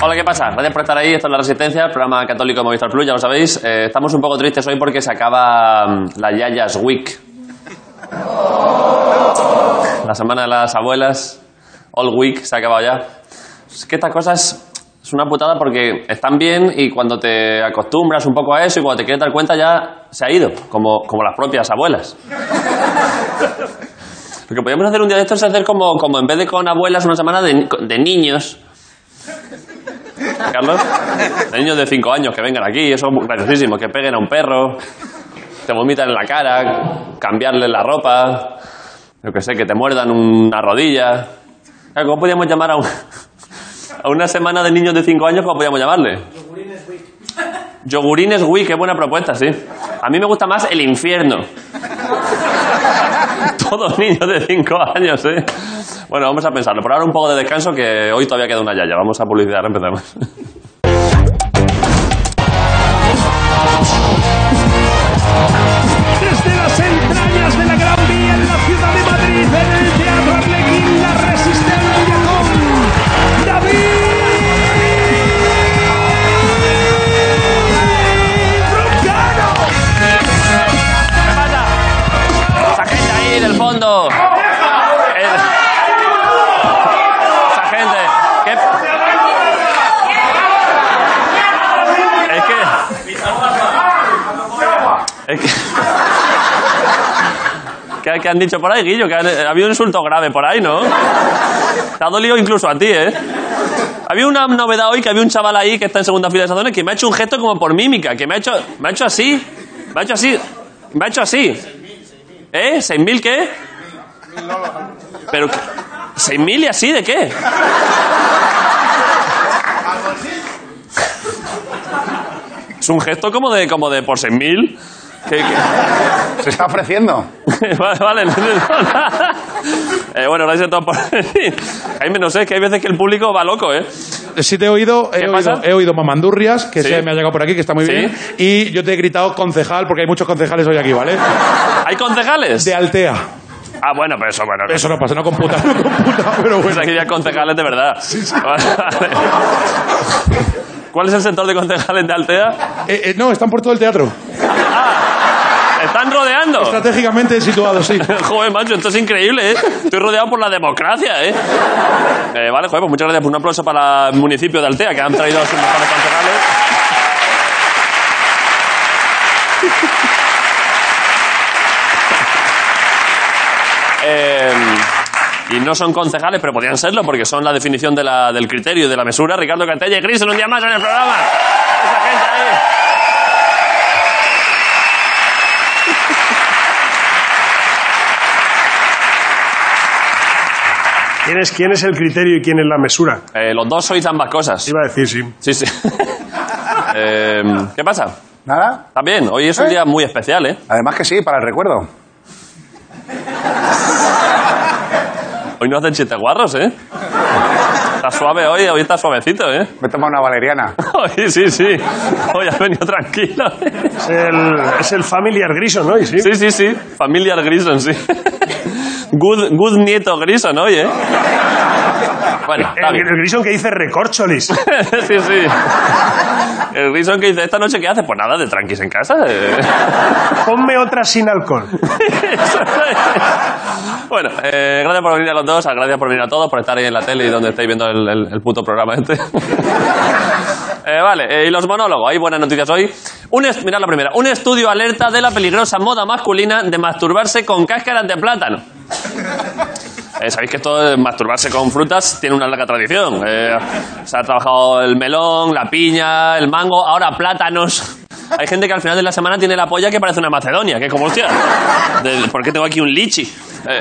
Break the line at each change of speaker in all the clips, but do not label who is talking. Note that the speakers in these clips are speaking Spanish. Hola, ¿qué pasa? Gracias por estar ahí. Esto es La Resistencia, el programa católico de Movistar Plus, ya lo sabéis. Eh, estamos un poco tristes hoy porque se acaba mm, la Yayas Week. La semana de las abuelas. All Week se ha acabado ya. Es que estas cosas es una putada porque están bien y cuando te acostumbras un poco a eso y cuando te quieres dar cuenta ya se ha ido, como, como las propias abuelas. Lo que podemos hacer un día de estos es hacer como, como en vez de con abuelas, una semana de, ni- de niños. Carlos, de niños de 5 años que vengan aquí, eso es muy graciosísimo, que peguen a un perro, te vomitan en la cara, cambiarle la ropa, yo que sé, que te muerdan una rodilla. Claro, ¿Cómo podíamos llamar a, un- a una semana de niños de 5 años? ¿Cómo podíamos llamarle? Yogurines Wii, qué buena propuesta, sí. A mí me gusta más el infierno. Todos niños de 5 años, ¿eh? Bueno, vamos a pensarlo. Por ahora un poco de descanso que hoy todavía queda una yaya. Vamos a publicidad, ahora empezamos.
Desde las entrañas de la Gran Vía en la ciudad de Madrid, en el Teatro Arlequín, la resistencia con David Broncano.
¿Qué pasa? Esa gente ahí del fondo. El- Esa gente. ¿Qué? Es que. Es que. ¿Qué, qué han dicho por ahí, Guillo? Que han- eh, ha habido un insulto grave por ahí, ¿no? Te ha dolido incluso a ti, ¿eh? Había una novedad hoy que había un chaval ahí que está en segunda fila de esa zona que me ha hecho un gesto como por mímica, que me ha hecho, me ha hecho así, me ha hecho así, me ha hecho así. ¿Eh? ¿6.000 qué? Pero, ¿qué? ¿6.000 y así de qué? Es un gesto como de, como de por 6.000. que- que-
Se está ofreciendo.
vale, vale. no, no, no. Eh, bueno, gracias a todos por venir. Jaime, no sé, es que hay veces que el público va loco, ¿eh?
Sí te he oído, he
¿Qué
oído,
pasa?
he oído mamandurrias, que
Sí.
se me ha llegado por aquí, que está muy
Sí.
bien. Y yo te he gritado concejal, porque hay muchos concejales hoy aquí, ¿vale?
¿Hay concejales?
De Altea.
Ah, bueno, pero eso, bueno. no.
Eso no pasa, no computa, no computa, pero
Pues
bueno.
aquí ya concejales de verdad. Vale, vale. ¿Cuál es el sector de concejales de Altea?
Eh, eh, no, están por todo el teatro.
Están rodeando.
Estratégicamente situados, sí.
Joder, macho, esto es increíble, ¿eh? Estoy rodeado por la democracia, ¿eh? Eh, vale, joder, pues muchas gracias. Un aplauso para el municipio de Altea, que han traído a sus mejores concejales. Eh, y no son concejales, pero podían serlo, porque son la definición de la- del criterio y de la mesura. Ricardo Cantella y Gris, en un día más en el programa. Esa gente ahí.
¿Quién es, ¿Quién es el criterio y quién es la mesura?
Eh, los dos sois ambas cosas.
Iba a decir, sí.
Sí, sí. Eh, ¿Qué pasa?
Nada.
Está bien, hoy es un
¿Eh?
día muy especial, ¿eh?
Además que sí, para el recuerdo.
Hoy no hacen chistes guarros, ¿eh? Está suave hoy, hoy está suavecito, ¿eh?
Me he tomado una valeriana.
Hoy sí, sí. Hoy has venido tranquilo.
Es el, es el familiar griso, ¿no? Y sí.
Sí, sí, sí. Familiar Grison, sí. Good, good nieto Grison hoy, ¿eh? Bueno,
El,
está bien.
el Grison que dice recorcholis.
sí, sí. El Grison que dice, ¿esta noche qué haces? Pues nada, de tranquis en casa. eh.
Ponme otra sin alcohol.
Eso es. bueno, eh, gracias por venir a los dos, gracias por venir a todos, por estar ahí en la tele y donde estáis viendo el, el- el puto programa este. Eh, vale, eh, y los monólogos, hay buenas noticias hoy. Un es- mirad la primera, un estudio alerta de la peligrosa moda masculina de masturbarse con cáscaras de plátano. Eh, Sabéis que esto de masturbarse con frutas tiene una larga tradición. Eh, se ha trabajado el melón, la piña, el mango, ahora plátanos. Hay gente que al final de la semana tiene la polla que parece una macedonia, que es como, hostia, de- ¿por qué tengo aquí un lichi? Eh,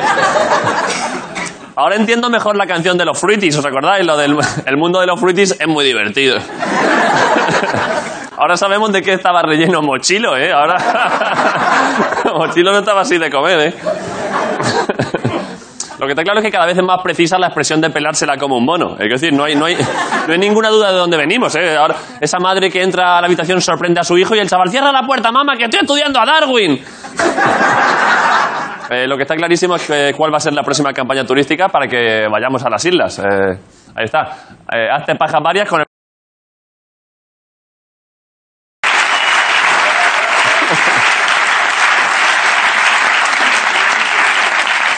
ahora entiendo mejor la canción de los fruities, ¿os acordáis? Lo del el mundo de los fruities es muy divertido. Ahora sabemos de qué estaba relleno Mochilo, ¿eh? Ahora Mochilo no estaba así de comer, ¿eh? Lo que está claro es que cada vez es más precisa la expresión de pelársela como un mono. Es decir, no hay, no hay, no hay ninguna duda de dónde venimos. ¿eh? Ahora, esa madre que entra a la habitación sorprende a su hijo y el chaval cierra la puerta, mamá, que estoy estudiando a Darwin. Eh, lo que está clarísimo es que- cuál va a ser la próxima campaña turística para que vayamos a las islas. Eh, ahí está. Eh, hazte pajas varias con el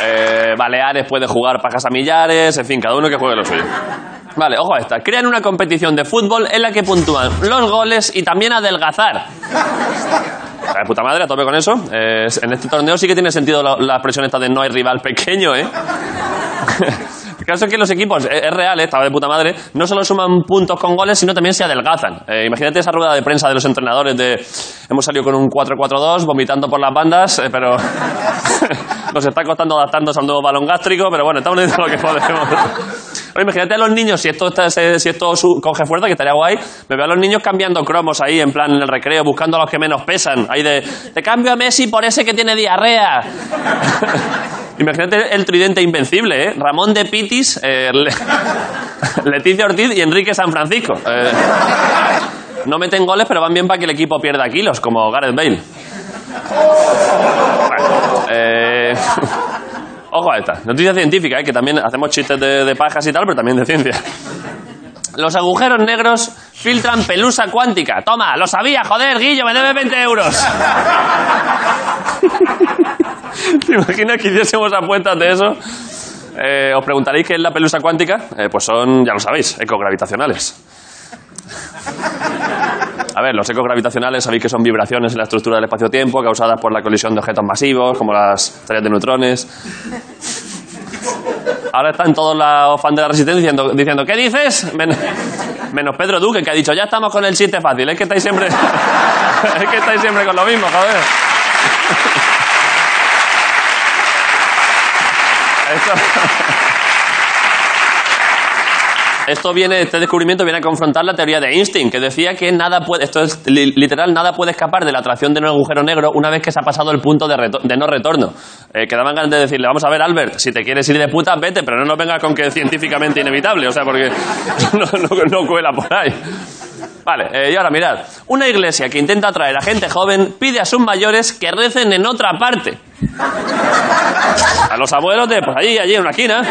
Eh, Baleares puede jugar pajas a millares, en fin, cada uno que juegue lo suyo. Vale, ojo a esta. Crean una competición de fútbol en la que puntúan los goles y también adelgazar. O sea, de puta madre, a tope con eso. Eh, en este torneo sí que tiene sentido la, la expresión esta de no hay rival pequeño, ¿eh? El caso es que los equipos, es, es real, eh, estaba de puta madre, no solo suman puntos con goles, sino también se adelgazan. Eh, imagínate esa rueda de prensa de los entrenadores de hemos salido con un 4-4-2, vomitando por las bandas, eh, pero nos está costando adaptarnos a un nuevo balón gástrico, pero bueno, estamos diciendo lo que podemos. Oye, imagínate a los niños, si esto, está- se- si esto su- coge fuerza, que estaría guay, me veo a los niños cambiando cromos ahí, en plan, en el recreo, buscando a los que menos pesan. Ahí de, te cambio a Messi por ese que tiene diarrea. Imagínate el tridente invencible, ¿eh? Ramón de Pitis, eh, Le- Leticia Ortiz y Enrique San Francisco. Eh, no meten goles, pero van bien para que el equipo pierda kilos, como Gareth Bale. Bueno, eh, Ojo a esta. Noticia científica, ¿eh? que también hacemos chistes de, de pajas y tal, pero también de ciencia. Los agujeros negros filtran pelusa cuántica. Toma, lo sabía, joder, Guillo, me debe 20 euros. ¿Te imaginas que hiciésemos apuestas de eso? Eh, os preguntaréis qué es la pelusa cuántica. Eh, pues son, ya lo sabéis, ecogravitacionales. A ver, los ecos gravitacionales sabéis que son vibraciones en la estructura del espacio-tiempo causadas por la colisión de objetos masivos, como las estrellas de neutrones. Ahora están todos los fans de la Resistencia diciendo, diciendo, ¿qué dices? Men- menos Pedro Duque, que ha dicho, ya estamos con el chiste fácil. Es que estáis siempre, es que estáis siempre con lo mismo, joder. Esto... Esto viene, este descubrimiento viene a confrontar la teoría de Einstein, que decía que nada puede, esto es li- literal, nada puede escapar de la atracción de un agujero negro una vez que se ha pasado el punto de, reto- de no retorno. Eh, quedaban ganas de decirle, vamos a ver, Albert, si te quieres ir de puta, vete, pero no nos vengas con que es científicamente inevitable, o sea, porque no, no- no cuela por ahí. Vale, eh, y ahora mirad, una iglesia que intenta atraer a gente joven pide a sus mayores que recen en otra parte. A los abuelos de, pues allí, allí, en una esquina.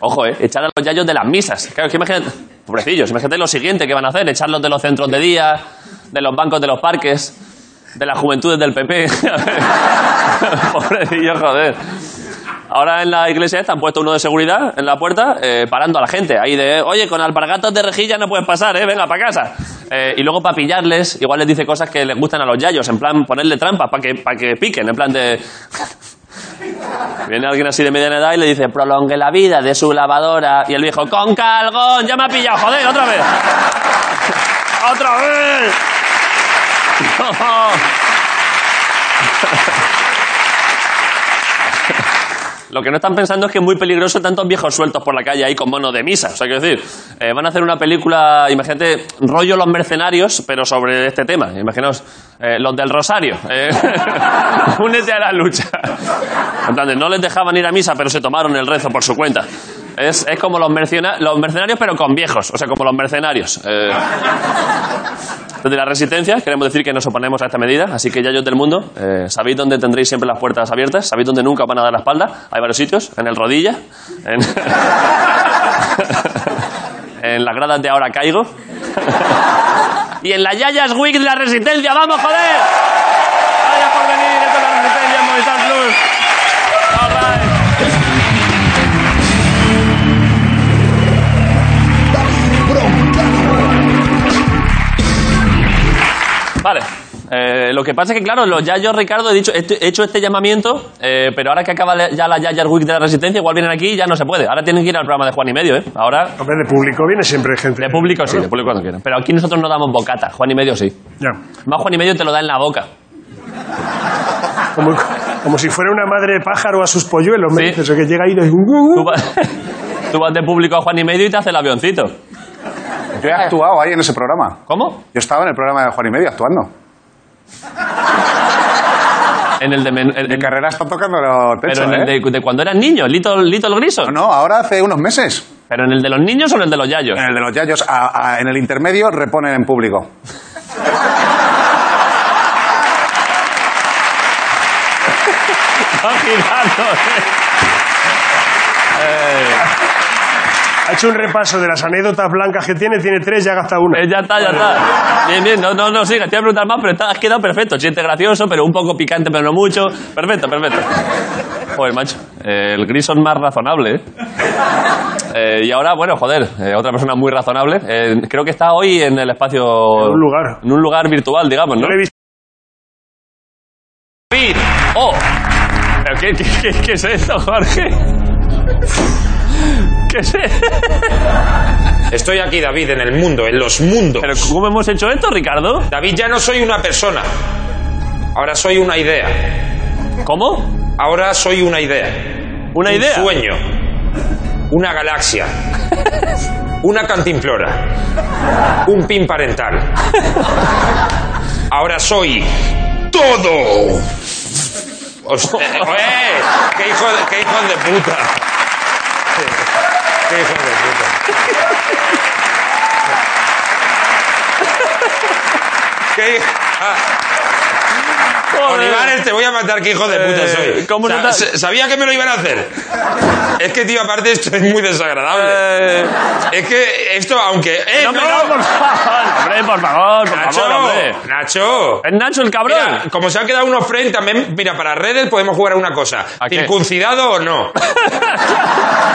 Ojo, eh, echar a los yayos de las misas. Claro, es que imagínate, pobrecillos, imagínate lo siguiente que van a hacer, echarlos de los centros de día, de los bancos de los parques, de las juventudes del PP. pobrecillos, joder. Ahora en la iglesia esta han puesto uno de seguridad en la puerta, eh, parando a la gente. Ahí de, oye, con alpargatas de rejilla no puedes pasar, ¿eh? Venga, para casa. Eh, y luego para pillarles, igual les dice cosas que les gustan a los yayos, en plan ponerle trampas para que, para que piquen, en plan de, Viene alguien así de mediana edad y le dice, prolongue la vida de su lavadora. Y el viejo, con calgón, ya me ha pillado, joder, otra vez. ¡Otra vez! Lo que no están pensando es que es muy peligroso tantos viejos sueltos por la calle ahí con mono de misa. O sea, quiero decir, eh, van a hacer una película, imagínate, rollo Los Mercenarios, pero sobre este tema. Imaginaos, eh, los del Rosario. eh, únete a la lucha. En plan, de, no les dejaban ir a misa, pero se tomaron el rezo por su cuenta. Es, es como los, mercena- los mercenarios, pero con viejos. O sea, como los mercenarios. Eh, desde la Resistencia queremos decir que nos oponemos a esta medida, así que yayos del mundo, eh, sabéis dónde tendréis siempre las puertas abiertas, sabéis dónde nunca os van a dar la espalda, hay varios sitios, en el rodilla, en, en las gradas de ahora caigo y en la Yayas Week de la Resistencia, vamos joder. Vaya por venir, esto es la Resistencia en Movistar Plus. All right. Vale. Eh, lo que pasa es que, claro, los yayos, Ricardo, he, dicho, he hecho este llamamiento, eh, pero ahora que acaba la- ya la Yayas Week de la Resistencia, igual vienen aquí y ya no se puede. Ahora tienen que ir al programa de Juan y Medio, ¿eh? Ahora,
Hombre, de público viene siempre gente.
de público sí, de público cuando quieran. Pero aquí nosotros no damos bocata, Juan y Medio sí.
Ya.
Más Juan y Medio te lo da en la boca.
Como, como si fuera una madre pájaro a sus polluelos, me
Sí.
dices, o que llega ahí "Uh, de...
Tú, va- tú vas de público a Juan y Medio y te hace el avioncito.
Yo he actuado ahí en ese programa.
¿Cómo?
Yo estaba en el programa de Juan y Medio actuando.
En el de... men- en-
Mi
en-
carrera está tocando los
pero
techos,
en el
¿eh?
de, de cuando eras niño, Lito, Lito el Griso.
No, no, ahora hace unos meses.
Pero en el de los niños o en el de los yayos.
En el de los yayos, a- a- en el intermedio, reponen en público.
Está girando, ¿eh?
Ha hecho un repaso de las anécdotas blancas que tiene, tiene tres, ya gasta una.
Eh, ya está, ya está. Bien, bien, no, no, no, siga, te voy a preguntar más, pero está, has quedado perfecto. Chiste gracioso, pero un poco picante, pero no mucho. Perfecto, perfecto. Joder, macho. eh, el Grison más razonable. Eh, y ahora, bueno, joder, eh, otra persona muy razonable. Eh, creo que está hoy en el espacio.
En un lugar.
En un lugar virtual, digamos, ¿no?
Yo le he visto.
David. ¡Oh! ¿Pero qué, qué- qué- qué es esto, Jorge? ¿Qué es esto?
Estoy aquí, David, en el mundo, en los mundos.
¿Pero cómo hemos hecho esto, Ricardo?
David, ya no soy una persona. Ahora soy una idea.
¿Cómo?
Ahora soy una idea.
¿Una
Un
idea?
sueño. Una galaxia. Una cantinflora. Un pin parental. Ahora soy todo. Hostia, ¡eh! ¡Qué hijo de, qué hijo de puta! ¡Qué hijo de puta! ¡Qué hijo- ah, Olivares, te voy a matar, qué hijo de puta
Eh,
soy.
¿cómo
Sa-
no te-
sa- Sabía que me lo iban a hacer. Es que, tío, aparte esto es muy desagradable.
Eh,
Es que esto, aunque... ¡Eh,
no, me-
no!
no, por favor, hombre, por favor, por
¡Nacho!
favor, hombre.
¡Nacho!
Es Nacho el cabrón.
Mira, como se han quedado unos frente, también, mira, para redes podemos jugar a una cosa.
¿A qué?
¿Circuncidado o no?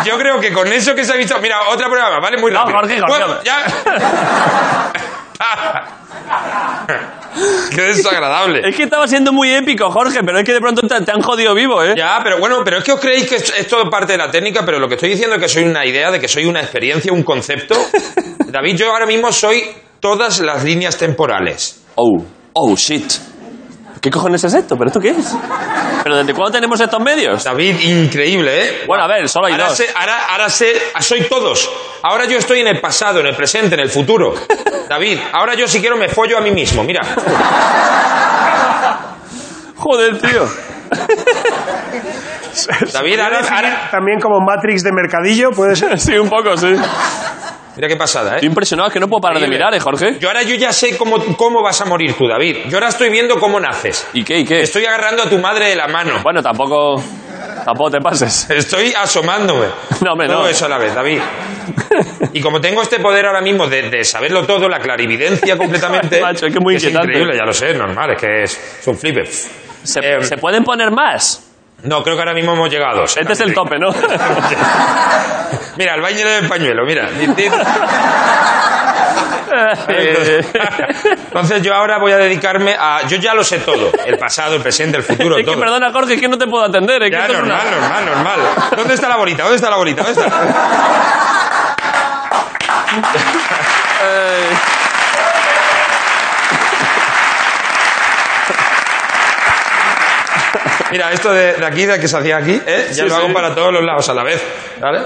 Yo creo que con eso que se ha visto... Mira, otra prueba, más, ¿vale? Muy
No,
rápido.
Jorge, Jorge.
Bueno, ya... Qué desagradable.
Es que estaba siendo muy épico, Jorge, pero es que de pronto te, te han jodido vivo, ¿eh?
Ya, pero bueno, pero es que os creéis que esto esto es parte de la técnica, pero lo que estoy diciendo es que soy una idea, de que soy una experiencia, un concepto. David, yo ahora mismo soy todas las líneas temporales.
Oh, oh, shit. ¿Qué cojones es esto? ¿Pero esto qué es? ¿Pero desde cuándo tenemos estos medios?
David, increíble, ¿eh?
Bueno, a ver, solo hay
Ahora
dos.
sé, ahora, ahora sé, ah, soy todos. Ahora yo estoy en el pasado, en el presente, en el futuro. David, ahora yo si quiero me follo a mí mismo, mira.
Joder, tío. Pues
David, ahora, ahora-
También como Matrix de mercadillo, puede ser.
Sí, un poco, sí. Estoy
Mira qué pasada, ¿eh?
impresionado, es que no puedo parar de mirar, ¿eh, Jorge?
Yo ahora yo ya sé cómo, cómo vas a morir tú, David. Yo ahora estoy viendo cómo naces.
¿Y qué, y qué?
Estoy agarrando a tu madre de la mano.
Bueno, tampoco... Tampoco te pases.
Estoy asomándome.
No, hombre,
Todo
no.
eso a la vez, David. Y como tengo este poder ahora mismo de, de saberlo todo, la clarividencia completamente.
Macho, es que es muy inquietante.
increíble, ya lo sé, es normal, es que es, es un flipe.
¿Se,
Eh,
se pueden poner más?
No, creo que ahora mismo hemos llegado.
Este es el tope, ¿no?
Mira, el baño del pañuelo, mira.
Eh,
Entonces yo ahora voy a dedicarme a. Yo ya lo sé todo. El pasado, el presente, el futuro,
es que,
todo.
perdona, Jorge, es que no te puedo atender. Es que
Ya,
esto es una-
normal, normal, normal. ¿Dónde está la bolita? ¿Dónde está la bolita? ¿Dónde está? Mira, esto de, de aquí, de que se hacía aquí, ¿eh? ya
Sí,
lo hago
sí.
para todos los lados a la vez. ¿Vale?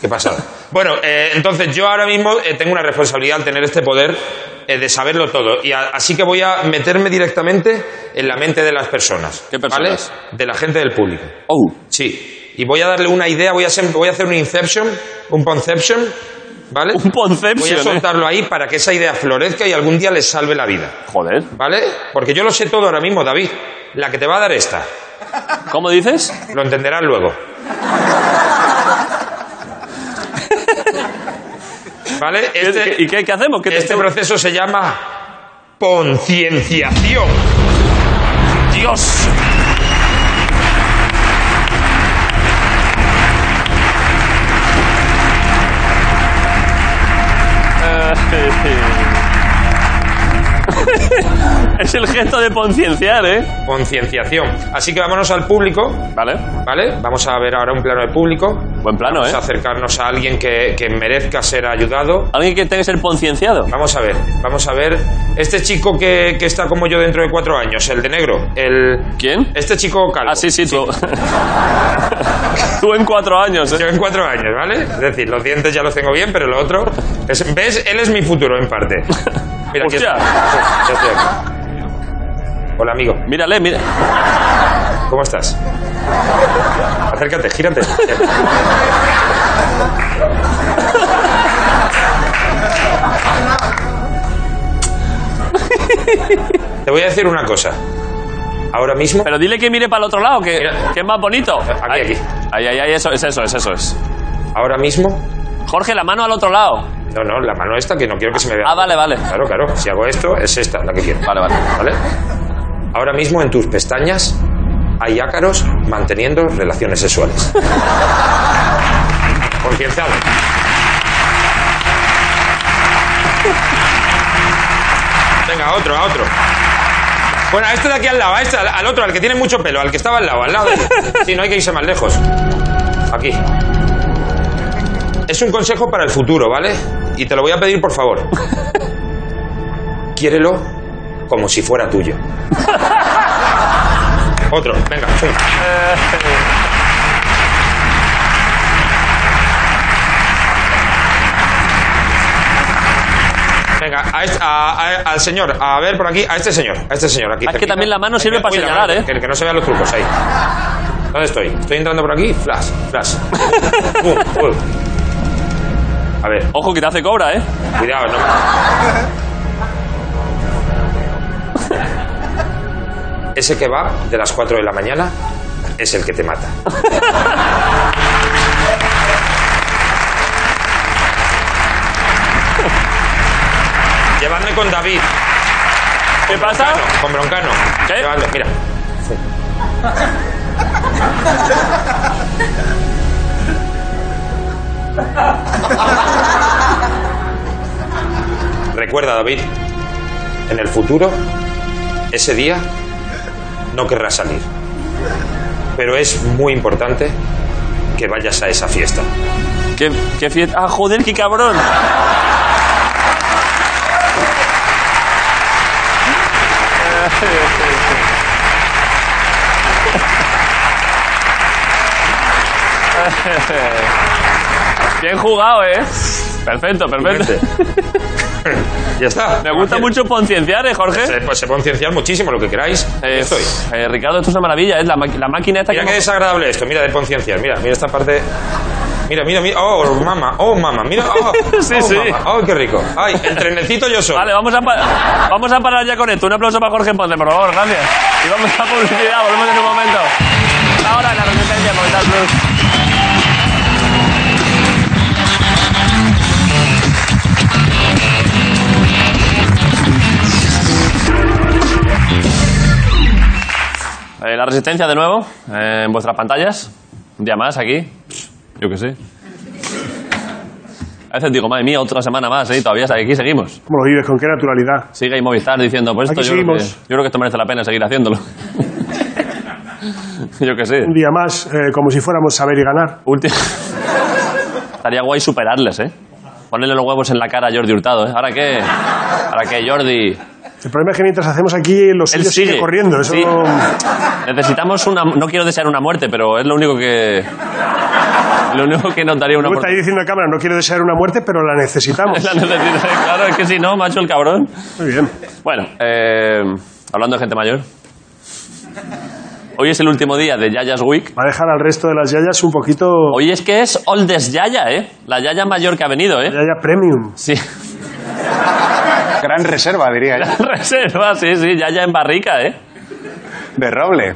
Qué pasada. Bueno, eh, entonces yo ahora mismo eh, tengo una responsabilidad al tener este poder eh, de saberlo todo. Y a- así que voy a meterme directamente en la mente de las personas.
¿Qué personas?
¿Vale? De la gente del público.
Oh,
Sí. Y voy a darle una idea, voy a hacer, voy a hacer un inception, un conception, ¿vale?
un
Voy a
concepción, ¿eh?
soltarlo ahí para que esa idea florezca y algún día les salve la vida,
Joder.
¿vale? Porque yo lo sé todo ahora mismo, David. La que te va a dar esta,
¿Cómo dices?
lo entenderás luego. ¿Vale? Este,
¿Y qué, qué hacemos? ¿Qué te-
este proceso se llama concienciación.
¡Dios! Es el gesto de concienciar, ¿eh?
Concienciación. Así que vámonos al público,
Vale.
¿vale? Vamos a ver ahora un plano de público.
Buen plano, ¿eh?
Vamos a acercarnos a alguien que, que merezca ser ayudado.
Alguien que tenga que ser concienciado.
Vamos a ver, vamos a ver. Este chico que, que está como yo dentro de cuatro años, el de negro, el...
¿Quién?
Este chico calvo.
Ah, sí, sí, tú. tú en cuatro años, ¿eh?
Yo en cuatro años, ¿vale? Es decir, los dientes ya los tengo bien, pero lo otro... es- ¿Ves? Él es mi futuro, en parte. Mira, aquí
Hostia.
está. Sí, ya estoy aquí. Hola, amigo.
Mírale, mira.
¿Cómo estás? Acércate, gírate. Te voy a decir una cosa. Ahora mismo.
Pero dile que mire para el otro lado, que,
Mira.
que es más bonito.
Aquí, aquí.
Ahí, ahí, ahí, eso es, eso es, eso es.
Ahora mismo.
Jorge, la mano al otro lado.
No, no, la mano esta que no quiero que se me vea.
Ah, vale, vale.
Claro, claro. Si hago esto, es esta la que quiero.
Vale, vale.
¿Vale? Ahora mismo en tus pestañas hay ácaros manteniendo relaciones sexuales. Por quien sabe. Venga, a otro, a otro. Bueno, a este de aquí al lado, a este, al, al otro, al que tiene mucho pelo, al que estaba al lado, al lado. de- Sí, no hay que irse más lejos. Aquí. Es un consejo para el futuro, ¿vale? Y te lo voy a pedir, por favor. Quiérelo como si fuera tuyo. Otro, venga, chum. Venga, a este- a- a- al señor, a ver por aquí, a este señor, a este señor aquí.
Es que
cerquita.
también la mano
Hay
sirve
que-
para
uy, la
señalar,
mano,
¿eh?
Que, que no se vean los trucos ahí. ¿Dónde estoy? Estoy entrando por aquí, flash, flash. Pum, pum. A ver,
Ojo que te hace cobra, ¿eh?
Cuidado, no. me- Ese que va de las 4 de la mañana es el que te mata. Llevadme con David,
¿Qué pasa?
con Broncano.
¿Qué?
Llevadme, mira. Recuerda, David, en el futuro, ese día no querrás salir. Pero es muy importante que vayas a esa fiesta.
¿Qué, qué fiesta? ¡Ah, joder, qué cabrón! Bien jugado, ¿eh? Perfecto, perfecto.
Ya está.
Me gusta mucho concienciar, ¿eh, Jorge?
Se, pues se puede concienciar muchísimo lo que queráis.
Eh,
Estoy.
eh, Ricardo, esto es una maravilla, ¿eh? La, maqui- la máquina esta
Mira
que...
qué desagradable esto, mira de concienciar, mira, mira esta parte. Mira, mira, mira. Oh, mamá, oh, mamá, mira. Oh,
Sí,
oh,
sí.
mamá, oh, qué rico. Ay, el trenecito yo soy.
Vale, vamos a, pa- vamos a parar ya con esto. Un aplauso para Jorge Ponce, por favor, gracias. Y vamos a publicidad, volvemos en un momento. Ahora en la resistencia, Movistar Plus. Eh, la resistencia de nuevo, eh, en vuestras pantallas. Un día más aquí. Yo qué sé. A veces digo, madre mía, otra semana más, ¿eh? Y todavía aquí seguimos.
¿Cómo lo vives? ¿Con qué naturalidad?
Sigue ahí Movistar diciendo, pues esto
Aquí
yo creo, que,
seguimos.
yo creo que esto merece la pena seguir haciéndolo. yo qué sé.
Un día más, eh, como si fuéramos saber y ganar.
Ulti- Estaría guay superarles, ¿eh? Ponerle los huevos en la cara a Jordi Hurtado, ¿eh? ¿Ahora qué? ¿Ahora qué, Jordi?
El problema es que mientras hacemos aquí, los
Él
suyos sigue.
sigue.
corriendo. Eso
Sí.
no-
Necesitamos una... No quiero desear una muerte, pero es lo único que... Lo único que nos daría una
Luego está ahí
oportunidad.
diciendo a cámara, no quiero desear una muerte, pero la necesitamos.
Es la necesidad, Claro, es que si no, macho, el cabrón.
Muy bien.
Bueno, eh, hablando de gente mayor. Hoy es el último día de Yayas Week.
Va a dejar al resto de las yayas un poquito...
Hoy es que es Oldes Yaya, ¿eh? La Yaya mayor que ha venido, ¿eh?
Yaya premium.
Sí.
Gran reserva, diría yo.
Reserva, sí, sí. Yaya en barrica, ¿eh?
De roble.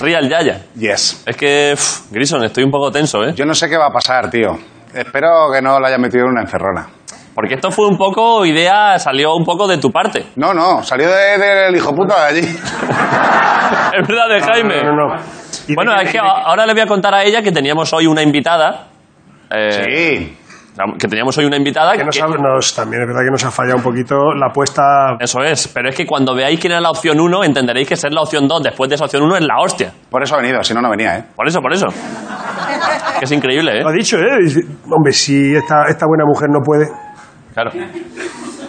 Real Yaya.
Yes.
Es que, uf, Grison, estoy un poco tenso, ¿eh?
Yo no sé qué va a pasar, tío. Espero que no la haya metido en una encerrona.
Porque esto fue un poco idea, salió un poco de tu parte.
No, no, salió de- del hijo puta de allí.
Es verdad, de Jaime.
No, no, no. Y
Bueno,
de-
es que a- ahora le voy a contar a ella que teníamos hoy una invitada. eh,
Sí.
Que teníamos hoy una invitada.
Que nos
que- ¿Eh?
ha- nos- también es verdad que nos ha fallado un poquito la apuesta.
Eso es, pero es que cuando veáis quién era la opción 1, entenderéis que ser la opción 2 después de esa opción 1 es la hostia.
Por eso ha venido, si no, no venía, ¿eh?
Por eso, por eso. Que es increíble, ¿eh?
Lo ha dicho, ¿eh? Dice, Hombre, si esta, esta buena mujer no puede.
Claro.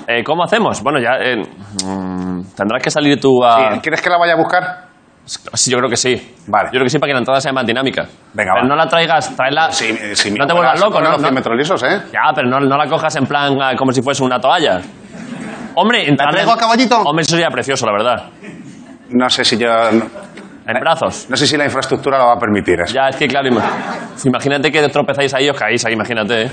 Eh, ¿Cómo hacemos? Bueno, ya. eh, mm, tendrás que salir tú a.
Sí, ¿Quieres que la vaya a buscar?
Sí, yo creo que sí.
Vale.
Yo creo que sí para que la entrada sea más dinámica.
Venga,
Pero
va.
no la traigas, tráela.
Sí, eh, sí,
no te vuelvas loco,
con
¿no?
los
no-
100 metros lisos, ¿eh?
Ya, pero no, no la cojas en plan ah, como si fuese una toalla. Hombre, en plan-
traigo a caballito?
Hombre, eso sería precioso, la verdad.
No sé si yo. No,
En brazos.
no sé si la infraestructura lo va a permitir. Eso.
Ya, es que claro, ima- imagínate que tropezáis ahí y os caís ahí, imagínate, ¿eh?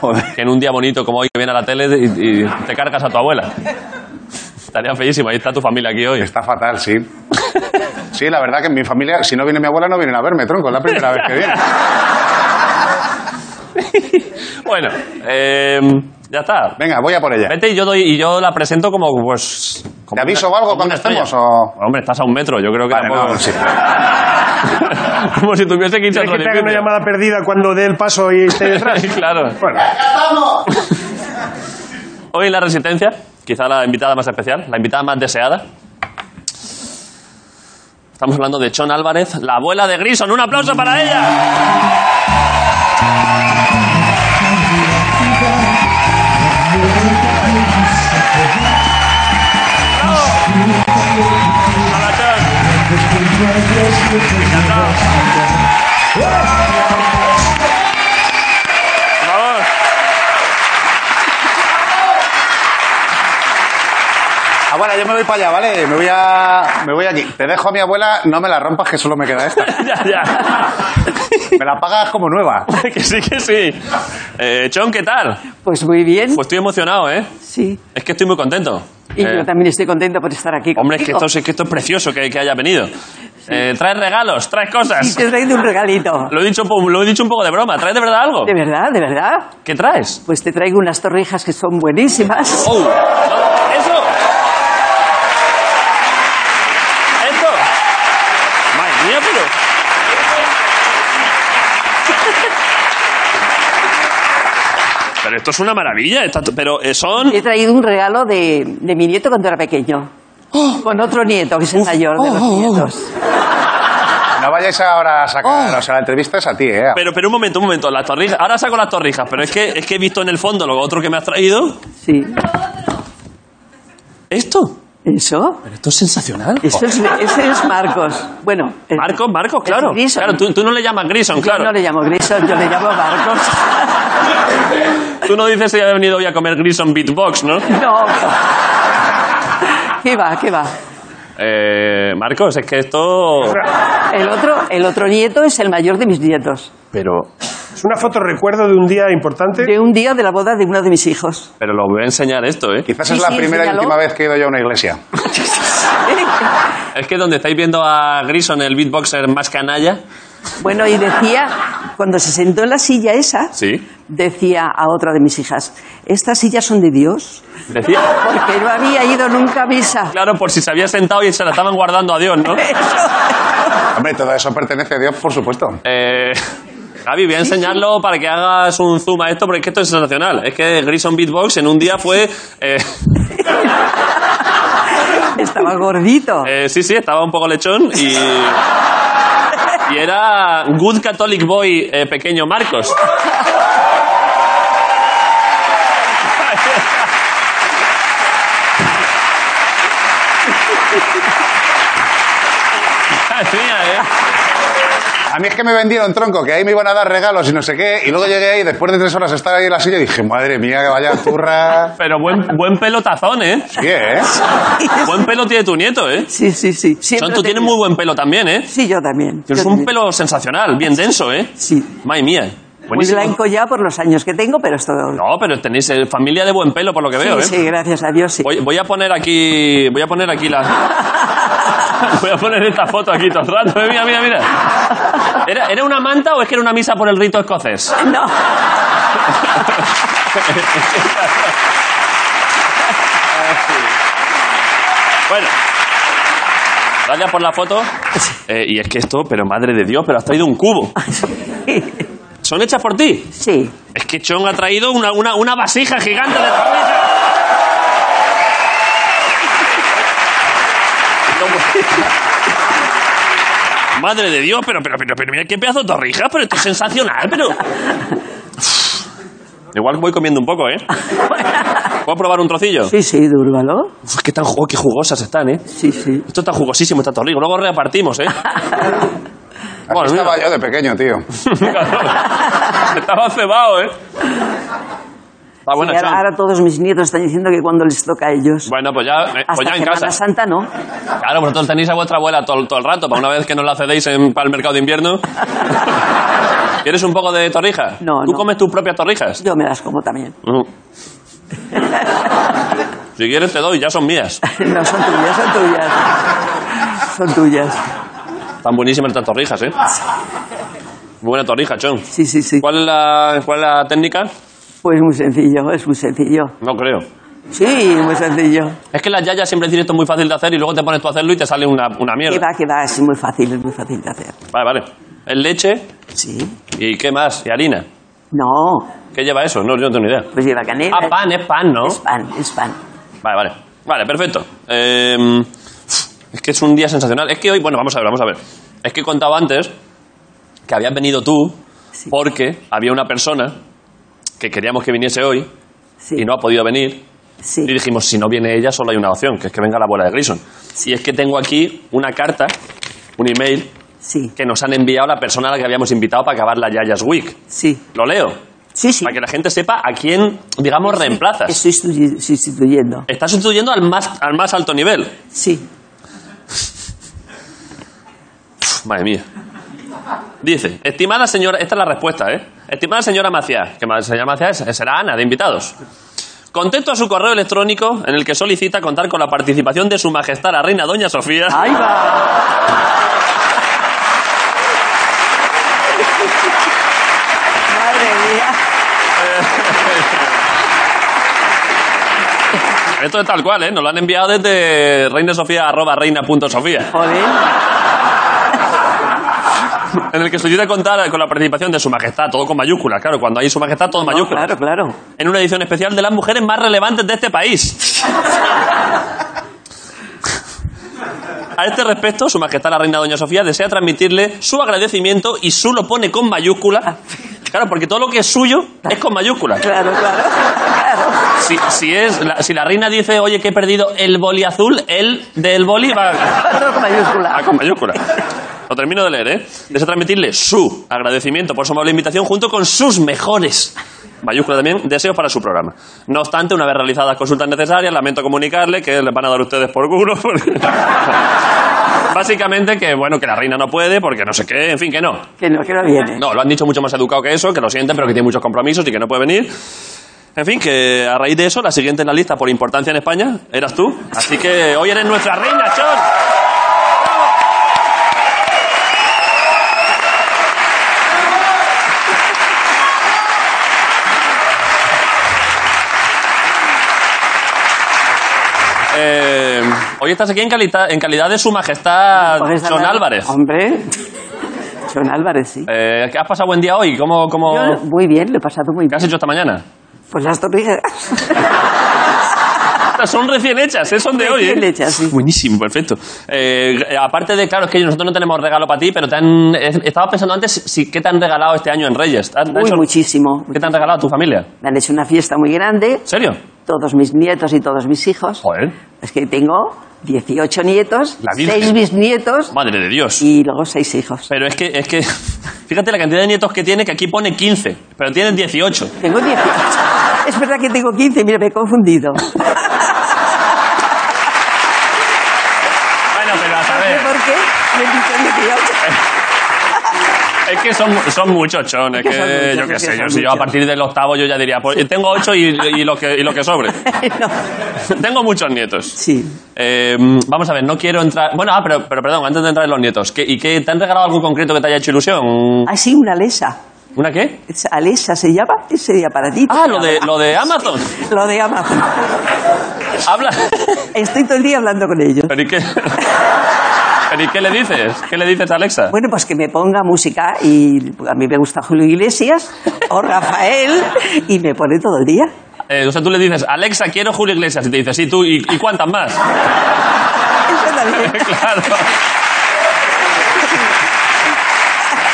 Joder.
Que en un día bonito como hoy que viene a la tele y, y te cargas a tu abuela. Estaría feísimo, ahí está tu familia aquí hoy.
Está fatal, sí. Sí, la verdad que en mi familia, si no viene mi abuela, no vienen a verme, tronco. Es la primera vez que viene.
Bueno, eh, ya está.
Venga, voy a por ella.
Vete y yo, doy, y yo la presento como, pues... como
¿Te aviso
una-
o algo
como una
cuando estemos?
estrella.
O...
Hombre, estás a un metro, yo creo que
Vale,
tampoco...
no, sí.
como si tuviese que irse a
¿Quieres que te haga
Trollimpio.
una llamada perdida cuando dé el paso y esté detrás?
claro.
Bueno,
Hoy en La Resistencia, quizá la invitada más especial, la invitada más deseada. Estamos hablando de Chon Álvarez, la abuela de Grison. ¡Un aplauso para ella! ¡Bravo! ¡Hola, Chon! Encantado. Por favor.
Abuela, yo me voy para allá, ¿vale? Me voy, a... me voy aquí. Te dejo a mi abuela, no me la rompas, que solo me queda esta.
Ya, ya.
Me la pagas como nueva.
que sí, que sí. Eh, Chon, ¿qué tal?
Pues muy bien,
Pues estoy emocionado, ¿eh?
sí.
Es que estoy muy contento.
Y
Eh,
yo también estoy contenta por estar aquí.
Hombre, es que, esto,
contigo.
es es que esto es precioso que, que haya venido. Eh, traes regalos, traes cosas.
Y te he traído un regalito.
Lo he, dicho, un po- lo he dicho un poco de broma. ¿Traes de verdad algo?
De verdad, de verdad.
¿Qué traes?
Pues te traigo unas torrijas que son buenísimas.
¡Oh! no, ¡Eso! ¡Esto! ¡Madre mía, pero! Pero esto es una maravilla. esta- pero eh, son...
Te He traído un regalo de, de mi nieto cuando era pequeño.
Oh.
Con otro nieto, que es el mayor de los nietos.
No vayáis ahora a sacar... O sea, la entrevista es a ti, ¿eh?
Oh. Pero, pero un momento, un momento, las torrijas. Ahora saco las torrijas, pero es que, es que he visto en el fondo lo otro que me has traído.
Sí.
¿Esto?
¿Eso?
Pero esto es sensacional.
Eso es, ese es Marcos. Bueno. el-
Marcos, Marcos,
es
claro.
Grison.
Claro, tú, tú no le llamas Grison, claro.
Yo no le llamo Grison, yo le llamo Marcos.
Tú no dices si ha venido hoy a comer Grison Beatbox, ¿no?
No. ¿Qué va? ¿Qué va?
Eh, Marcos, es que esto.
El otro, el otro nieto es el mayor de mis nietos.
Pero.
es una foto recuerdo de un día importante.
De un día de la boda de uno de mis hijos.
Pero lo voy a enseñar esto, ¿eh?
Quizás
Sí,
es la
sí,
primera y
enséñalo.
última vez que he ido yo a una iglesia.
Es que donde estáis viendo a Grison, el beatboxer más canalla.
Bueno, y decía, cuando se sentó en la silla esa,
Sí.
decía a otra de mis hijas, estas sillas son de Dios,
Decía.
porque no había ido nunca a misa.
Claro, por si se había sentado y se la estaban guardando a Dios, ¿no?
Hombre, todo eso pertenece a Dios, por supuesto.
Eh, Javi, voy a enseñarlo para que hagas un zoom a esto, porque es que esto es sensacional. Es que Grison Beatbox en un día fue... eh,
Estaba gordito.
eh, sí, sí, estaba un poco lechón y... Y era Good Catholic Boy eh, Pequeño Marcos. Madre mía, eh.
A mí es que me vendieron tronco, que ahí me iban a dar regalos y no sé qué, y luego llegué ahí, después de tres horas de estar ahí en la silla, dije, madre mía, que vaya turra.
Pero buen, buen pelotazón, ¿eh?
Sí, ¿eh?
Buen pelo tiene tu nieto, ¿eh?
Sí, sí, sí. Siempre
Son,
lo
tú tienes
tenía.
muy buen pelo también, ¿eh?
Sí, yo también.
Tienes
yo
un
también.
pelo sensacional, bien denso, ¿eh?
Sí.
Madre mía.
Muy
Buenísimo.
blanco ya por los años que tengo, pero es todo...
No, pero tenéis eh, familia de buen pelo, por lo que veo, ¿eh?
sí, sí, gracias a Dios, sí.
Voy, voy a poner aquí. Voy a poner aquí la. voy a poner esta foto aquí todo el rato. ¿eh? Mira, mira, mira. ¿Era, ¿Era una manta o es que era una misa por el rito escocés?
No,
Bueno. Gracias por la foto. Eh, y es que esto, pero madre de Dios, pero has traído un cubo. ¿Son hechas por ti?
sí.
Es que Chon ha traído una, una, una vasija gigante de torrijas. No puedo. Madre de Dios, pero, pero, pero, pero mira qué pedazo de torrijas, pero esto es sensacional, pero. Uf. Igual voy comiendo un poco, ¿eh? ¿Puedo probar un trocillo?
Sí, sí, dúrgalo.
Uf, qué, tan, ju- oh, qué jugosas están, ¿eh?
Sí, sí.
Esto está jugosísimo, está torrijo. Luego repartimos, ¿eh?
Aquí
Bueno,
estaba
mira.
yo de pequeño, tío.
Estaba cebado, ¿eh? Está bueno,
Y ahora,
Chon.
ahora todos mis nietos están diciendo que cuando les toca a ellos.
Bueno, pues ya, eh, pues ya
Hasta
en
Semana
casa.
Santa no.
Claro, vosotros tenéis a vuestra abuela todo, todo el rato, para una vez que no la cedéis en, para el mercado de invierno. ¿Quieres un poco de torrija?
No,
¿Tú
no.
comes tus propias torrijas?
Yo me las como también.
Mm. si quieres te doy, ya son mías.
No, son tuyas, son tuyas. Son tuyas.
Están buenísimas estas torrijas, ¿eh? Buena torrija, chon.
Sí, sí, sí.
¿Cuál es la, cuál es la técnica?
Pues muy sencillo, es muy sencillo.
No creo.
Sí, muy sencillo.
Es que las yayas siempre dicen esto es muy fácil de hacer y luego te pones tú a hacerlo y te sale una, una
Que
mierda.
va, que va, es muy fácil, es muy fácil de hacer.
Vale, vale. Es leche
Sí.
y ¿qué más? Y harina.
No,
¿Qué lleva eso? No, yo no tengo ni idea.
pues lleva canela.
Ah, pan, es pan, ¿no?
Es pan, es pan.
Vale, vale. Vale, perfecto. Eh, es que es un día sensacional. Es que hoy, bueno, vamos a ver, vamos a ver. Es que he contado antes que habías venido tú
Sí.
porque había una persona que queríamos que viniese hoy
Sí.
y no ha podido venir.
Sí.
Y dijimos, si no viene ella, solo hay una opción, que es que venga la abuela de Grison. Y es que tengo aquí una carta, un email,
Sí,
que nos han enviado la persona a la que habíamos invitado para acabar la Yayas Week.
sí.
Lo leo,
Sí, sí.
para que la gente sepa a quién, digamos, reemplazas.
Estoy sustitu- sustituyendo.
Estás sustituyendo al más, al más alto nivel.
Sí.
Madre mía. Dice, estimada señora, esta es la respuesta, ¿eh? Estimada señora Maciá, que ma- señora Maciá es- será Ana, de invitados. Contento a su correo electrónico en el que solicita contar con la participación de su majestad la reina Doña Sofía.
Ahí va. Madre mía.
Esto es tal cual, ¿eh? Nos lo han enviado desde reinasofía arroba reina punto sofía,
Joder.
en el que solicita contar con la participación de su majestad, todo con mayúsculas, claro, cuando hay su majestad, todo en mayúsculas.
Claro, claro.
en una edición especial de las mujeres más relevantes de este país. A este respecto, Su Majestad la Reina Doña Sofía desea transmitirle su agradecimiento y su lo pone con mayúscula. Claro, porque todo lo que es suyo es con mayúscula.
Claro, claro. claro.
Si, si es, la, si la reina dice, oye, que he perdido el boli azul, el del boli va...
Todo con mayúscula.
Ah, con mayúscula. Lo termino de leer, ¿eh? Deseo transmitirle su agradecimiento por su amable invitación junto con sus mejores. Mayúscula también, deseos para su programa. No obstante, una vez realizadas las consultas necesarias, lamento comunicarle que les van a dar ustedes por culo. porque- Básicamente que, bueno, que la reina no puede porque no sé qué, en fin, que no.
Que no, que no viene.
No, lo han dicho mucho más educado que eso, que lo sienten, pero que tiene muchos compromisos y que no puede venir. En fin, que a raíz de eso, la siguiente en la lista por importancia en España eras tú. Así que hoy eres nuestra reina, Chos. Eh, hoy estás aquí en, calita- en calidad de su majestad,
Jorge Salvador.
John Álvarez.
Hombre. John Álvarez, sí.
Eh, ¿Has pasado buen día hoy? ¿Cómo, cómo...
Yo, muy bien, lo he pasado muy
¿Qué
bien.
has hecho esta mañana?
Pues las torrijas.
Estas Son recién hechas, ¿eh? son de hoy.
Recién
¿eh?
hechas, sí.
Buenísimo, perfecto. Eh, eh, aparte de, claro, es que nosotros no tenemos regalo para ti, pero te han- eh, estaba pensando antes si, qué te han regalado este año en Reyes. ¿Te han- te han
Muy
hecho-
muchísimo.
¿Qué te han regalado a tu familia? ¿En
Me han hecho una fiesta muy grande.
serio?
Todos mis nietos y todos mis hijos.
Joder,
Es que tengo 18 nietos,
La Virgen.
6 bisnietos
madre de Dios.
y luego 6 hijos.
Pero es que, es que, fíjate la cantidad de nietos que tiene, que aquí pone 15, pero tiene 18.
Tengo 18. Es verdad que tengo 15, mira, me he confundido. No
Bueno, pero a
sé
saber,
por qué, me he dicho 18.
es que son, son muchos, chon, es
que son
que
muchos,
yo qué
es que
sé, yo,
son
si yo a
muchos.
partir del octavo yo ya diría, pues, tengo 8 y, y lo que, y lo que sobre.
No.
tengo muchos nietos.
Sí.
Eh, vamos a ver, no quiero entrar. Bueno, ah, pero, pero perdón, antes de entrar en los nietos, ¿qué, ¿y qué te han regalado algo concreto que te haya hecho ilusión?
Ah, sí, una lesa.
¿Una qué?
Es- Alesa se llama ese aparatito.
Ah, lo de, lo de Amazon.
Lo de Amazon.
Habla.
Estoy todo el día hablando con ellos.
¿Pero y qué? ¿Pero y qué le dices? ¿Qué le dices a Alexa?
Bueno, pues que me ponga música y a mí me gusta Julio Iglesias o Rafael y me pone todo el día.
Eh, o sea, tú le dices, Alexa, quiero Julio Iglesias. Y te dice, sí, tú, ¿y, y cuántas más?
Eso también.
claro.
No,